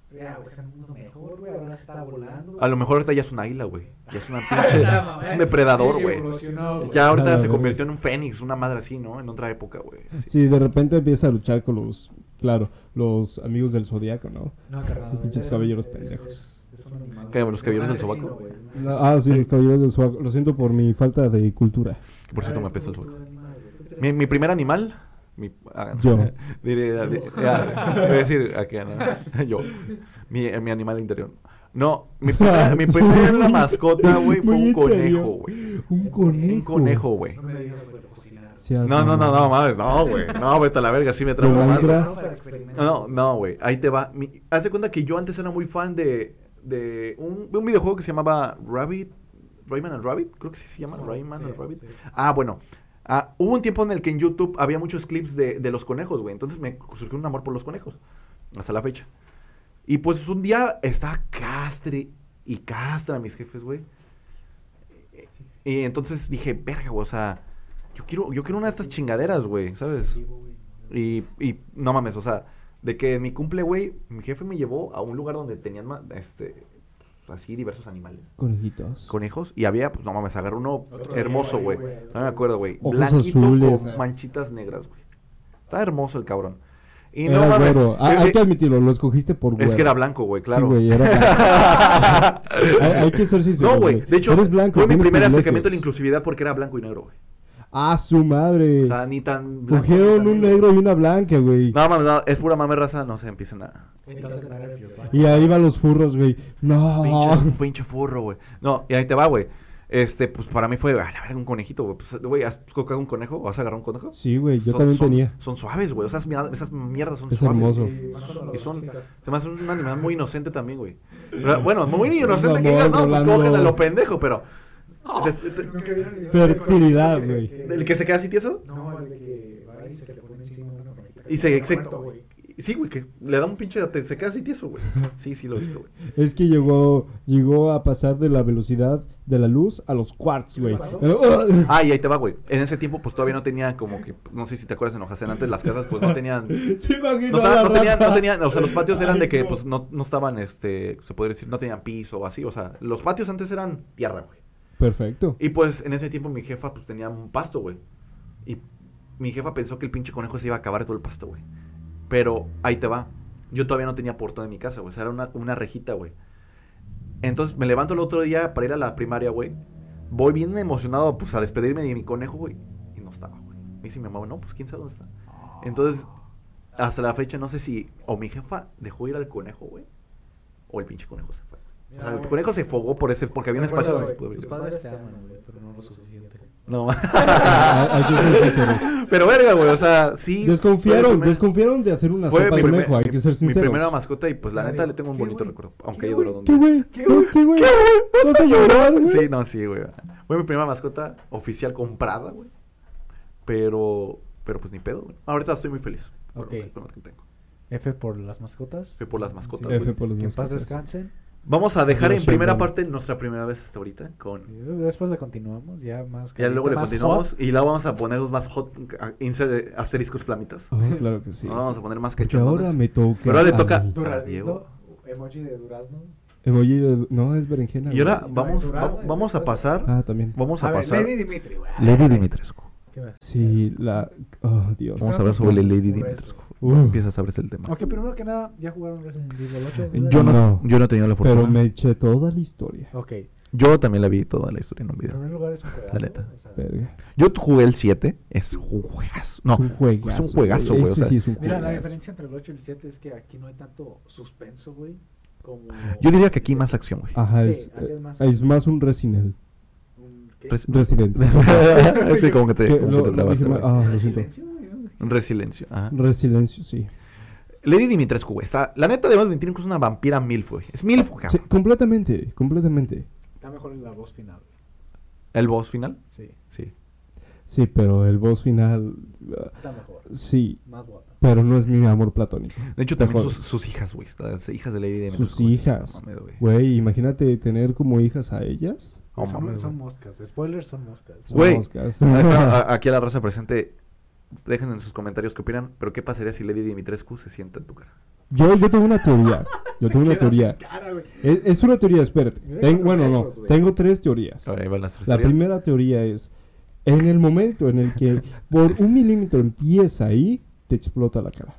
Ya, güey, es el mundo mejor, güey. Ahora se está volando. eh.
A lo mejor ahorita ya es un águila, güey. Ya es una pinche. es un depredador, güey.
Evolucionó, güey.
Ya
A la
ahorita se
vez.
convirtió en un fénix, una madre así, ¿no? En otra época, güey. Así.
Sí, de repente empieza a luchar con los, claro, los amigos del zodiaco, ¿no?
No, carnal.
Pinches
eres un-
caballeros
eres-
pendejos.
es- es un animal.
Cállame, los caballeros
Un
del sobaco.
asesino, güey.
No, Ah, sí, los caballeros del Zodiaco. Lo siento por mi falta de cultura.
Que Por
A
cierto,
ver,
me pesa el
tú,
sol.
tú, animal, güey, ¿tú qué
Mi,
eres?
mi primer animal. Mi, ah,
Yo.
diré, ah, di- ah, iba a decir aquí, ¿no? yo. Mi, eh, mi animal interior. No, mi primera, mi primera mascota, güey, fue
Muy
un conejo,
interior.
güey.
Un conejo.
Un conejo, güey.
No me digas, güey, lo cocinar.
Seas
No, no, no, no,
mamón.
mames, no, güey. No, vete a la verga, sí me trajo
Lo
más.
entra-
No, para experimentar.
No, no, güey. Ahí te va. Mi, haz de cuenta que yo antes era muy fan de, de un, de un videojuego que se llamaba Rabbit. Rayman and Rabbit, creo que sí se llama.
Sí,
Rayman and
Oh, sí,
Rabbit.
sí.
Ah, bueno. Ah, hubo un tiempo en el que en YouTube había muchos clips de, de los conejos, güey. Entonces me surgió un amor por los conejos. Hasta la fecha. Y pues un día estaba castre y castra mis jefes, güey. Y entonces dije, verga, güey, o sea, yo quiero, yo quiero una de estas chingaderas, güey, ¿sabes? Y, y no mames, o sea, de que en mi cumple, güey, mi jefe me llevó a un lugar donde tenían ma- este así diversos animales.
Conejitos.
Conejos, y había, pues no mames, agarró uno
Otro
hermoso,
día,
güey.
güey,
No me acuerdo, güey.
Ojos
Blanquito
azules,
con
eh.
manchitas negras, güey. Está hermoso el cabrón. Y
Era
no mames.
güero. Ah,
es,
hay que
que,
admitirlo, lo escogiste por güero.
es que era blanco, güey,
Sí,
claro.
güey, era blanco. hay, hay que ser sinceros.
no, güey. De hecho,
Eres blanco,
fue mi
tienes
primer
privilegios.
acercamiento a la inclusividad porque era blanco y negro, güey.
¡Ah, su madre!
O sea, ni tan blanco. ni
Cogieron
tan
un negro y una blanca, güey.
No mames, no, es pura mame raza, no se empiecen a.
Entonces, no era fiel,
Y ahí van los furros, güey. No.
Pinche, pinche furro, güey. No, y ahí te va, güey. Este, pues para mí fue, a la verga, un conejito, güey. Pues, güey, ¿has tocado un conejo? ¿Has agarrado un conejo?
Sí, güey, yo
Son-
también
son-
tenía.
Son suaves, güey. O sea, esas mierda- esas mierdas son
Es
suaves.
hermoso.
Y son, se me hace un animal muy inocente también, güey. Pero, Bueno, muy inocente
amor,
que digas, no, pues
Rolando.
cogen a lo pendejo, pero. des- te-
Fertilidad, güey.
el que se queda así tieso,
No, el que va y se le pone encima una conejita.
Y se-
Está
se-
muerto, güey.
sí, güey, que le da un pinche. te- Se queda así tieso, güey. Sí, sí, lo he visto, güey.
Es que llegó, llegó a pasar de la velocidad de la luz a los quarts, güey. Eh, oh.
pasó?
Ah, y ahí te va, güey. En ese tiempo, pues todavía no tenía como que. No sé si te acuerdas en Ojasen, antes las casas, pues no tenían.
Se imaginó
No,
a la
estaba- no tenían,
rata.
no tenían, o sea, los patios eran
Ay,
de que,
no.
pues, no, no estaban, este, se podría decir, no tenían piso o así, o sea, los patios antes eran tierra, güey.
Perfecto.
Y pues en ese tiempo mi jefa pues tenía un pasto, güey. Y mi jefa pensó que el pinche conejo se iba a acabar todo el pasto, güey. Pero ahí te va. Yo todavía no tenía portón en mi casa, güey. O sea, era una, una rejita, güey. Entonces me levanto el otro día para ir a la primaria, güey. Voy bien emocionado, pues, a despedirme de mi conejo, güey. Y no estaba, güey. Me dice mi mamá, no, pues, quién sabe dónde está. Entonces, hasta la fecha, no sé si o mi jefa dejó ir al conejo, güey. O el pinche conejo se fue. O sea, el conejo se fogó por ese, porque había un espacio
Recuerda,
donde se
güey,
pudo ir.
Tus padres te aman, güey, pero no lo suficiente.
No.
Hay- hay que ser sinceros.
Pero verga, güey, o sea, sí. fue mi
Desconfiaron,
primer-
desconfiaron de hacer una
fue
sopa
mi
de
primer-
conejo, hay
mi-
que ser
Mi
sinceros.
primera mascota y pues la neta le tengo un
¿Qué,
bonito
güey?
recuerdo,
¿Qué,
aunque haya
güey?
durado un
¿Qué,
día.
güey?
¿Qué,
No,
güey?
¿Qué, güey? ¿Vas a llorar, güey?
Sí, no, sí, güey. Fue mi primera mascota oficial comprada, güey. Pero pero pues ni pedo, güey. Ahorita estoy muy feliz. por-
Ok.
por lo que tengo.
F por las mascotas.
F por las mascotas.
F por las
Que en paz
mascotas.
descansen.
Vamos a dejar
Dios
en primera
santo.
parte nuestra primera vez hasta ahorita con
Después le continuamos, ya más.
ya luego le
más
continuamos
hot.
y luego vamos a ponernos más hot a- insert eh, asteriscos flamitas.
Ah, claro que sí.
No, vamos a poner más
Porque ahora
cachondones.
me toca.
Pero ahora le
a
toca-
mí.
Diego.
Durazno. Emoji de durazno.
Emoji de- No, es berenjena.
Y ahora
güey.
vamos va- vamos a pasar
Ah, también.
Vamos a,
A ver,
pasar.
Lady Dimitri, güey.
Lady Dimitrescu.
¿Qué ves?
Sí, la. Oh, Dios.
Vamos a hablar sobre la Lady Dimitrescu.
Uh.
Empieza a saberse el tema.
Ok, primero que nada, ya jugaron Resident Evil 8.
Yo no,
No.
yo no he tenido la fortuna.
Pero me eché toda la historia.
Ok,
Yo también la vi toda la historia en un
en
video.
primer lugar es un juegazo.
La neta.
o sea,
Verga.
Yo jugué el 7, es un juegazo. No,
es
pues,
un juegazo.
es un juegazo, güey. o
Este
sea,
sí es un
Mira, la
juegazo.
diferencia entre el 8 y el 7 es que aquí no hay tanto suspenso, güey. Como...
Yo diría que aquí más acción, güey.
Ajá,
Sí,
es,
aquí es
eh,
más-
es más un Resident.
Un- ¿qué?
Res-
Resident.
Este, como que te,
Que
como
lo-
que te
lo
trabaste,
dije mal.
güey.
Ah,
¿Era
lo siento.
silencio, güey?
Resilencio. ajá.
Resilencio, sí.
Lady Dimitrescu, güey. Está, la neta, además, mentir que es una vampira milf, güey. Es milf,
Sí,
cabrón.
completamente, completamente.
Está mejor en la voz final, güey.
El boss final,
Sí,
sí.
Sí, pero el boss final. ah,
está mejor.
sí,
Más guapa.
pero no es mi amor platónico.
De hecho, también
Mejor.
sus, sus hijas, güey. está- Las hijas de Lady Dimitrescu.
Sus
güey.
hijas.
No mames, güey.
Güey, imagínate tener como hijas a ellas.
No
son,
mames,
son
güey.
moscas. Spoilers son moscas.
Son
Güey,
moscas.
Ahí está, a- Aquí a la raza presente, dejen en sus comentarios qué opinan, pero ¿qué pasaría si Lady Dimitrescu se sienta en tu cara?
Yo, yo tengo una teoría. Yo tengo una
Quedas sin
teoría.
cara, güey.
Es, es una teoría, espérate.
Mira
Ten-
cuatro
bueno, no.
negros, güey.
Tengo tres teorías.
Ahora ahí van las tres
La
teorías.
primera teoría es, en el momento en el que por un milímetro empieza ahí, te explota la cara.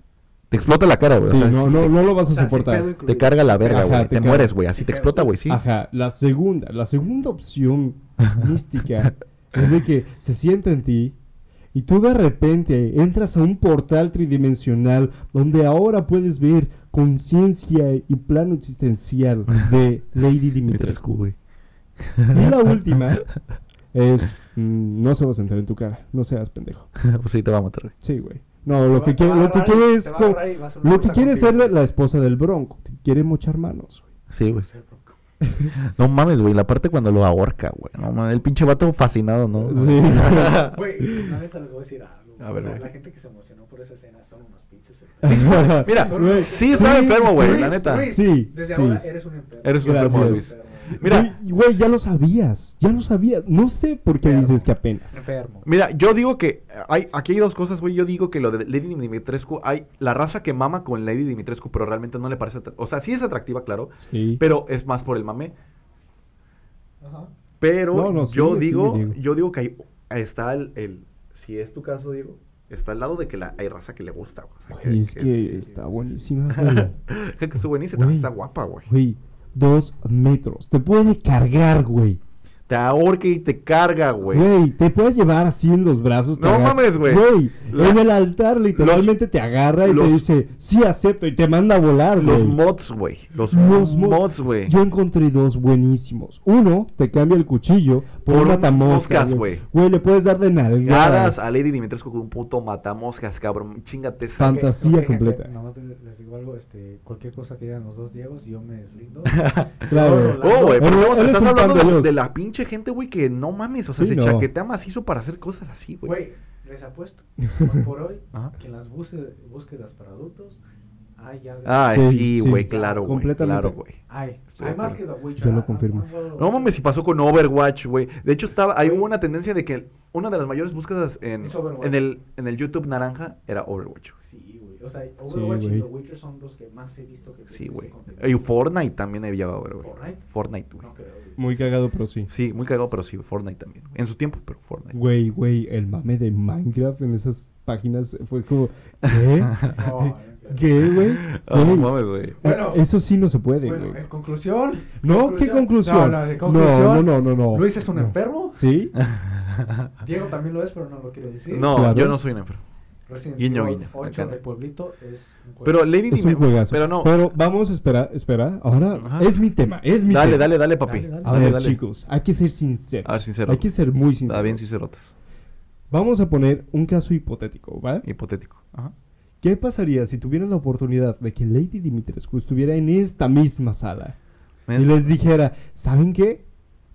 Te explota la cara, güey. o
Sí,
sea,
no,
te-
no, no lo vas a
O sea, sin
soportar.
pedo incluido.
Te carga la verga,
Ajá,
güey.
te
Te,
carga.
mueres, güey. Así te
Te
explota,
carga.
güey, sí.
Ajá, la segunda, la segunda opción mística es de que se sienta en ti y tú de repente entras a un portal tridimensional donde ahora puedes ver conciencia y plano existencial de Lady Dimitrescu.
güey.
Y la última es, mm, no se va a sentar en tu cara, no seas pendejo.
pues sí, te va a matar, güey.
Sí, güey. No, lo que
Te
quiere,
va a
lo que
agarrar y-
quiere es
te va a
co-
agarrar y va a hacer una
lo que
cosa
quiere ser
contigo.
la, la esposa del Bronco. Te Quiere mochar manos, güey.
Sí, güey.
Pues el bronco.
No mames, güey. La parte cuando lo ahorca, güey. No mames, el pinche vato fascinado,
Sí.
¿no?
Güey, la neta les voy a decir algo. güey.
A ver,
o sea,
güey.
la gente que se emocionó por esa escena son unos pinches.
Sí,
enfermos.
güey, mira,
Güey,
sí estaba enfermo, güey, la neta.
Luis,
Sí,
Desde
sí.
ahora eres un enfermo.
Eres un
Gracias.
enfermo, Luis.
enfermo.
Mira.
Güey, Güey, ya lo sabías. Ya lo sabías. No sé por qué
Claro.
dices que apenas.
Enfermo.
Mira, yo digo que hay, aquí hay dos cosas, güey. Yo digo que lo de Lady Dimitrescu, hay la raza que mama con Lady Dimitrescu, pero realmente no le parece... atra- O sea, sí es atractiva, claro,
Sí.
pero es más por el mame.
Ajá.
Pero
No, no,
yo
sigue,
digo,
sigue, Diego.
yo digo que ahí ahí está el, el- si es tu caso, Diego, está al lado de que la, hay raza que le gusta, güey. O sea,
Güey, es que,
sí.
está buenísima, güey.
que estuvo buenísima,
Güey.
está guapa, güey.
Güey, dos metros. Te puede cargar, güey.
Te ahorca y te carga, güey.
Güey, te puedes llevar así en los brazos. te
No
agarra-
mames, güey.
Güey,
La-
en el altar literalmente te agarra y
los-
te dice, sí acepto, y te manda a volar,
Los
güey.
mods, güey. Los,
Los mo-
mods, güey.
Yo encontré dos buenísimos. Uno, te cambia el cuchillo por,
Por
un
un
matamoscas,
moscas,
güey.
güey.
Güey, le puedes dar de
Garas
nalgadas.
a Lady Dimitrescu con un puto matamoscas, cabrón. Chingate esa.
Fan- Fantasía completa.
Nada más les les digo algo, este, cualquier cosa que digan los dos Diegos, yo me deslindo.
Claro.
Oh, güey, pero
Él-
estamos-
él es
estás
un
hablando
pan de
de,
Dios.
de la pinche gente, güey, que no mames, o sea,
Sí,
se
no.
chaquetea macizo para hacer cosas así, güey.
Güey, les apuesto. hoy por hoy,
Ajá.
que en las buce- búsquedas para adultos hay ya.
Ah,
Sí,
sí,
sí.
güey, claro, güey,
Completamente.
claro, güey.
hay.
estoy
Hay
de
más que
acuerdo.
The Witcher.
Yo lo
ah, ah,
confirmo.
ah, ah,
No mames, si pasó con Overwatch, güey. De hecho, estaba, hay hubo una tendencia de que una de las mayores búsquedas en,
Es Overwatch.
en, el, en el YouTube naranja era Overwatch. güey.
Sí, güey. O sea, Overwatch
güey.
y The Witcher son los que más he visto que
Sí,
tienen ese
güey.
contenido.
Y Fortnite también había Overwatch.
Fortnite.
Fortnite, güey.
No creo, güey.
Muy cagado, pero sí.
Sí, muy cagado, pero sí, Fortnite también. En su tiempo, pero Fortnite.
Güey, güey, el mame de Minecraft en esas páginas fue como, ¿qué?
No, eh, pero-
¿Qué, güey?
Ah, no
Güey, eh,
mames, güey.
Bueno.
Eso sí no se puede, güey.
Bueno, en conclusión.
No, ¿qué conclusión?
No, no, en conclusión.
No, no, no, no, no.
Luis es un
No.
enfermo.
¿Sí?
Diego también lo es, pero no lo quiere decir.
No,
Claro.
yo no soy un enfermo.
Resident
Guiño,
Evil
guiño,
8
acá.
El Pueblito es un juego.
Pero Lady
Es un
Dimitrescu-
juegazo.
Pero no.
vamos a esperar, espera. Ahora
Ajá.
es mi tema, es mi
Dale,
tema.
dale, dale, papi.
Dale, dale.
A
Dale,
ver,
dale.
chicos, hay que ser sinceros.
A ver, sincero.
Hay que ser muy sinceros.
Está bien, sincerotas.
Vamos a poner un caso hipotético, ¿va?
Hipotético. Ajá.
¿Qué pasaría si tuvieran la oportunidad de que Lady Dimitrescu estuviera en esta misma sala y les dijera, ¿saben qué?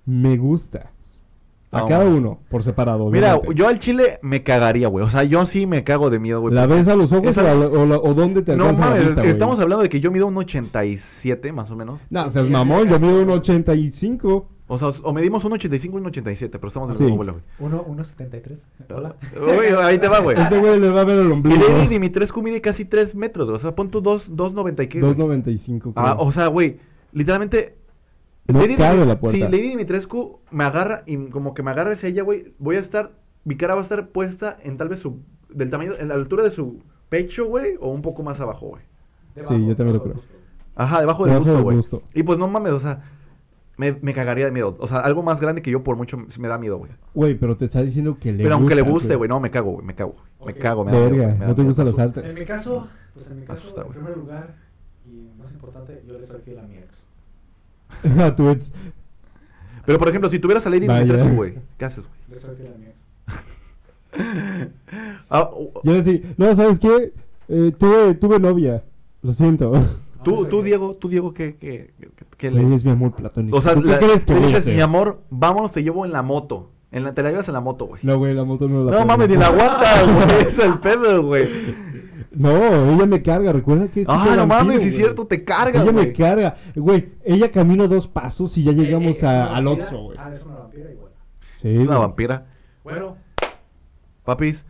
Me gustas. A
No,
cada
man.
uno, por separado.
Mira,
obviamente.
yo al chile me cagaría, güey. O sea, yo sí me cago de miedo, güey.
¿La ves a los ojos
Esa-
o, la- o la- o dónde te
No
alcanza la
mames,
vista, güey?
estamos hablando de que yo mido un 87, más o menos.
No, seas mamón, yo mido un 85.
O sea, o medimos un 85 y un 87, pero estamos en
Sí.
el mismo vuelo, güey.
Uno- 1.73. Hola.
Uy, ahí te va, güey.
Este güey le va a ver el
Y
ombligo.
Lady Dimitrescu mide casi 3 metros, güey. O sea, pon tu 2.90 y qué. güey.
2.95.
Ah,
creo.
o sea, güey, literalmente.
No
Lady
cabe
Dimi-
la puerta.
Sí, Lady Dimitrescu me agarra y como que me agarra hacia ella, güey. Voy a estar. Mi cara va a estar puesta en tal vez su. Del tamaño. En la altura de su pecho, güey. O un poco más abajo, güey.
Debajo,
yo también lo
debajo del
creo.
gusto.
Ajá, debajo del
Debajo del
busto, güey.
busto.
Y pues no mames, o sea. Me, me cagaría de miedo. O sea, algo más grande que yo por mucho me- me da miedo, güey.
Güey, pero te está diciendo que le
Pero aunque le
gustas,
guste, güey. No, me cago, güey. Me cago.
Ok.
Me cago, me da miedo.
Verga,
güey, me da
no te
miedo.
gustan las
En
altas.
mi caso, pues en mi caso,
asusta,
en
güey.
primer lugar, y más importante, yo le soy fiel a mi ex.
A tu ex.
Pero por ejemplo, si tuvieras a Lady
Vaya.
Dimitrescu, güey. ¿Qué haces, güey?
Le soy fiel a mi ex.
Ah, o-
Yo así, no, ¿sabes qué? Eh, tuve, tuve novia. Lo siento.
Ahora
Tú,
soy
tú,
fiel.
Diego, tú, Diego, ¿qué, qué, qué- qué le-
Güey, es mi amor platónico.
O sea,
¿Tú qué
la-
crees que
le
voy a
dices,
hacer?
mi amor, vámonos, te llevo en la moto. En la, te la llevas en la moto, güey.
No, güey, la moto no la
No,
puedo.
mames, ni la aguanta, güey. es el pedo, güey.
No, ella me carga, recuerda que es tipo
Ah,
vampiro,
no mames, sí es
güey.
cierto, te cargas,
Ella
güey.
me carga. Güey, ella camina dos pasos y ya llegamos
Eh, eh, es
a-
una
al
vampira.
Oxxo, güey.
Ah, es una vampira igual.
Sí,
Es una
güey.
vampira,
Bueno,
papis.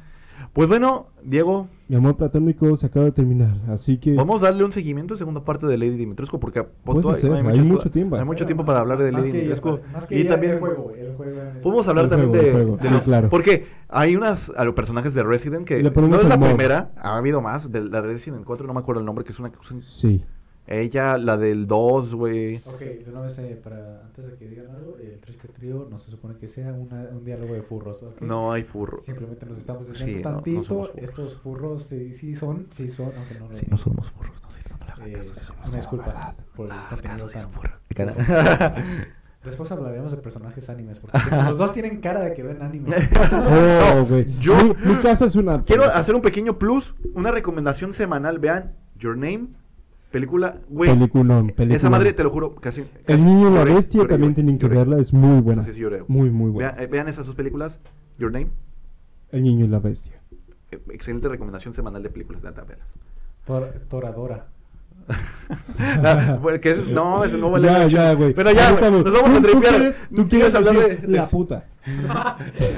Pues bueno, Diego,
Mi amor platónico se acaba de terminar, así que...
vamos a darle un seguimiento a segunda parte de Lady Dimitrescu porque pon tú,
Puede ser, hay
muchas
mucho
cosas-
tiempo.
Hay mucho
bueno,
tiempo para hablar de
más
Lady
que-
Dimitrescu.
Más que
Y también
el juego, güey, el juego. era-
Podemos hablar
El
también
juego,
de,
el juego.
de
Ah,
los-
claro.
Porque hay unas a los personajes de Resident que
Le ponemos
no es
el
la
mod.
primera, ha habido más, de la Resident 4, no me acuerdo el nombre, que es una que usan-
Sí.
Ella, la del 2, güey.
Ok, de una vez, eh, para, antes de que digan algo, el triste trío no se supone que sea una- un diálogo de furros, ¿ok?
No hay furro.
Simplemente nos estamos
Sí,
desviando
no- no
tantito.
somos furros.
Estos furros sí, sí son, sí son, aunque no lo
Sí, no somos furros, no sé, no le hagan
Eh,
caso, sí somos
una disculpa
furros.
por el
Ah,
No hagas
contenido
caso, sí
tan-
son furros.
Después hablaremos de personajes animes, porque tienen- los dos tienen cara de que ven anime.
Oh, güey.
yo-
Mi, mi casa es una...
Quiero hacer un pequeño plus, una recomendación semanal. Vean Your Name, película, güey.
Peliculón, peliculón.
Esa madre, te lo juro, casi.
El
casi
niño y la
lloré,
bestia
lloré,
también
lloré,
tienen que
lloré.
verla, es muy buena.
Sí, sí, lloré.
Muy, muy buena.
Vean, eh, vean esas dos películas, Your Name.
El niño y la bestia.
eh, Excelente recomendación semanal de películas, neta, velas.
Tor- Toradora.
Ah, bueno, que es- no, ese no vale.
Ya,
la-
ya, güey.
Pero ya, güey,
Ahorita, güey.
nos vamos
¿Tú-
a
tú
tripear.
quieres- Tú
¿Quieres
quieres
hablar
decir
de- de
la
eso?
puta.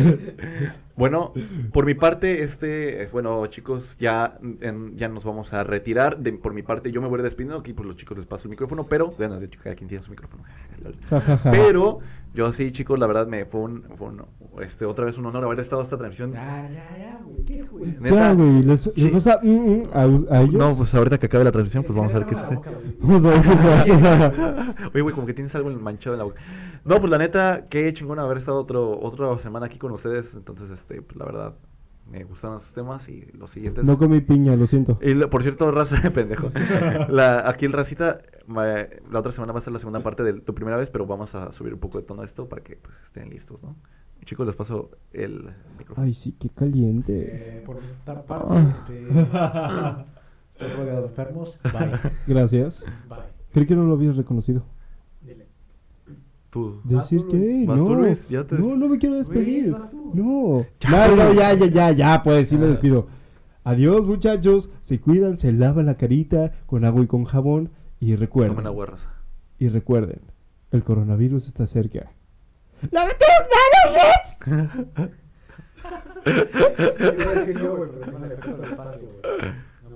Bueno, por mi parte, este, eh, bueno, chicos, ya, en- ya nos vamos a retirar. De, por mi parte, yo me voy a ir despidiendo. Aquí, pues los chicos les paso el micrófono, pero, bueno, de hecho, cada quien tiene su micrófono. Lol. Pero, yo sí, chicos, la verdad me fue un, fue un- este, otra vez un honor haber estado esta transmisión.
Ya, ya, ya, güey. ¿Qué, güey?
Neta.
Ya, güey, les, les
Sí.
vas a, mm, mm, a, a ellos.
No, pues ahorita que acabe la transmisión,
Te
pues vamos a ver qué
quieres
sucede.
lavar la boca, güey.
Vamos a ver qué se hace.
Oye, güey, como que tienes algo manchado en la boca. No, pues la neta, qué chingón haber estado otro, otra semana aquí con ustedes. Entonces, este, pues, la verdad, me gustan los temas y los siguientes.
No comí piña, lo siento.
Y lo- por cierto, raza de pendejo. La, aquí el racita, ma- la otra semana va a ser la segunda parte de tu primera vez, pero vamos a subir un poco de tono a esto para que pues, estén listos, ¿no? Chicos, les paso el micrófono.
Ay, sí, qué caliente.
Eh, por mi tar- parte, este, estoy rodeado de enfermos. Bye.
Gracias.
Bye.
Creí que no lo habías reconocido.
Dile.
Tú.
Vas tú,
Decir que
Vas tú,
no.
Luis, ya te
no, no me quiero despedir.
Luis, vas tú.
no. No, no, ya, ya, ya, ya, pues sí me
Ah.
despido. Adiós, muchachos. Se cuidan, se lavan la carita con agua y con jabón. Y recuerden,
Tomen agua, raza.
y recuerden, el coronavirus está cerca. ¡Lávate las manos, Rex!
Iba a decir yo, güey, pero tengo el efecto del espacio, güey. No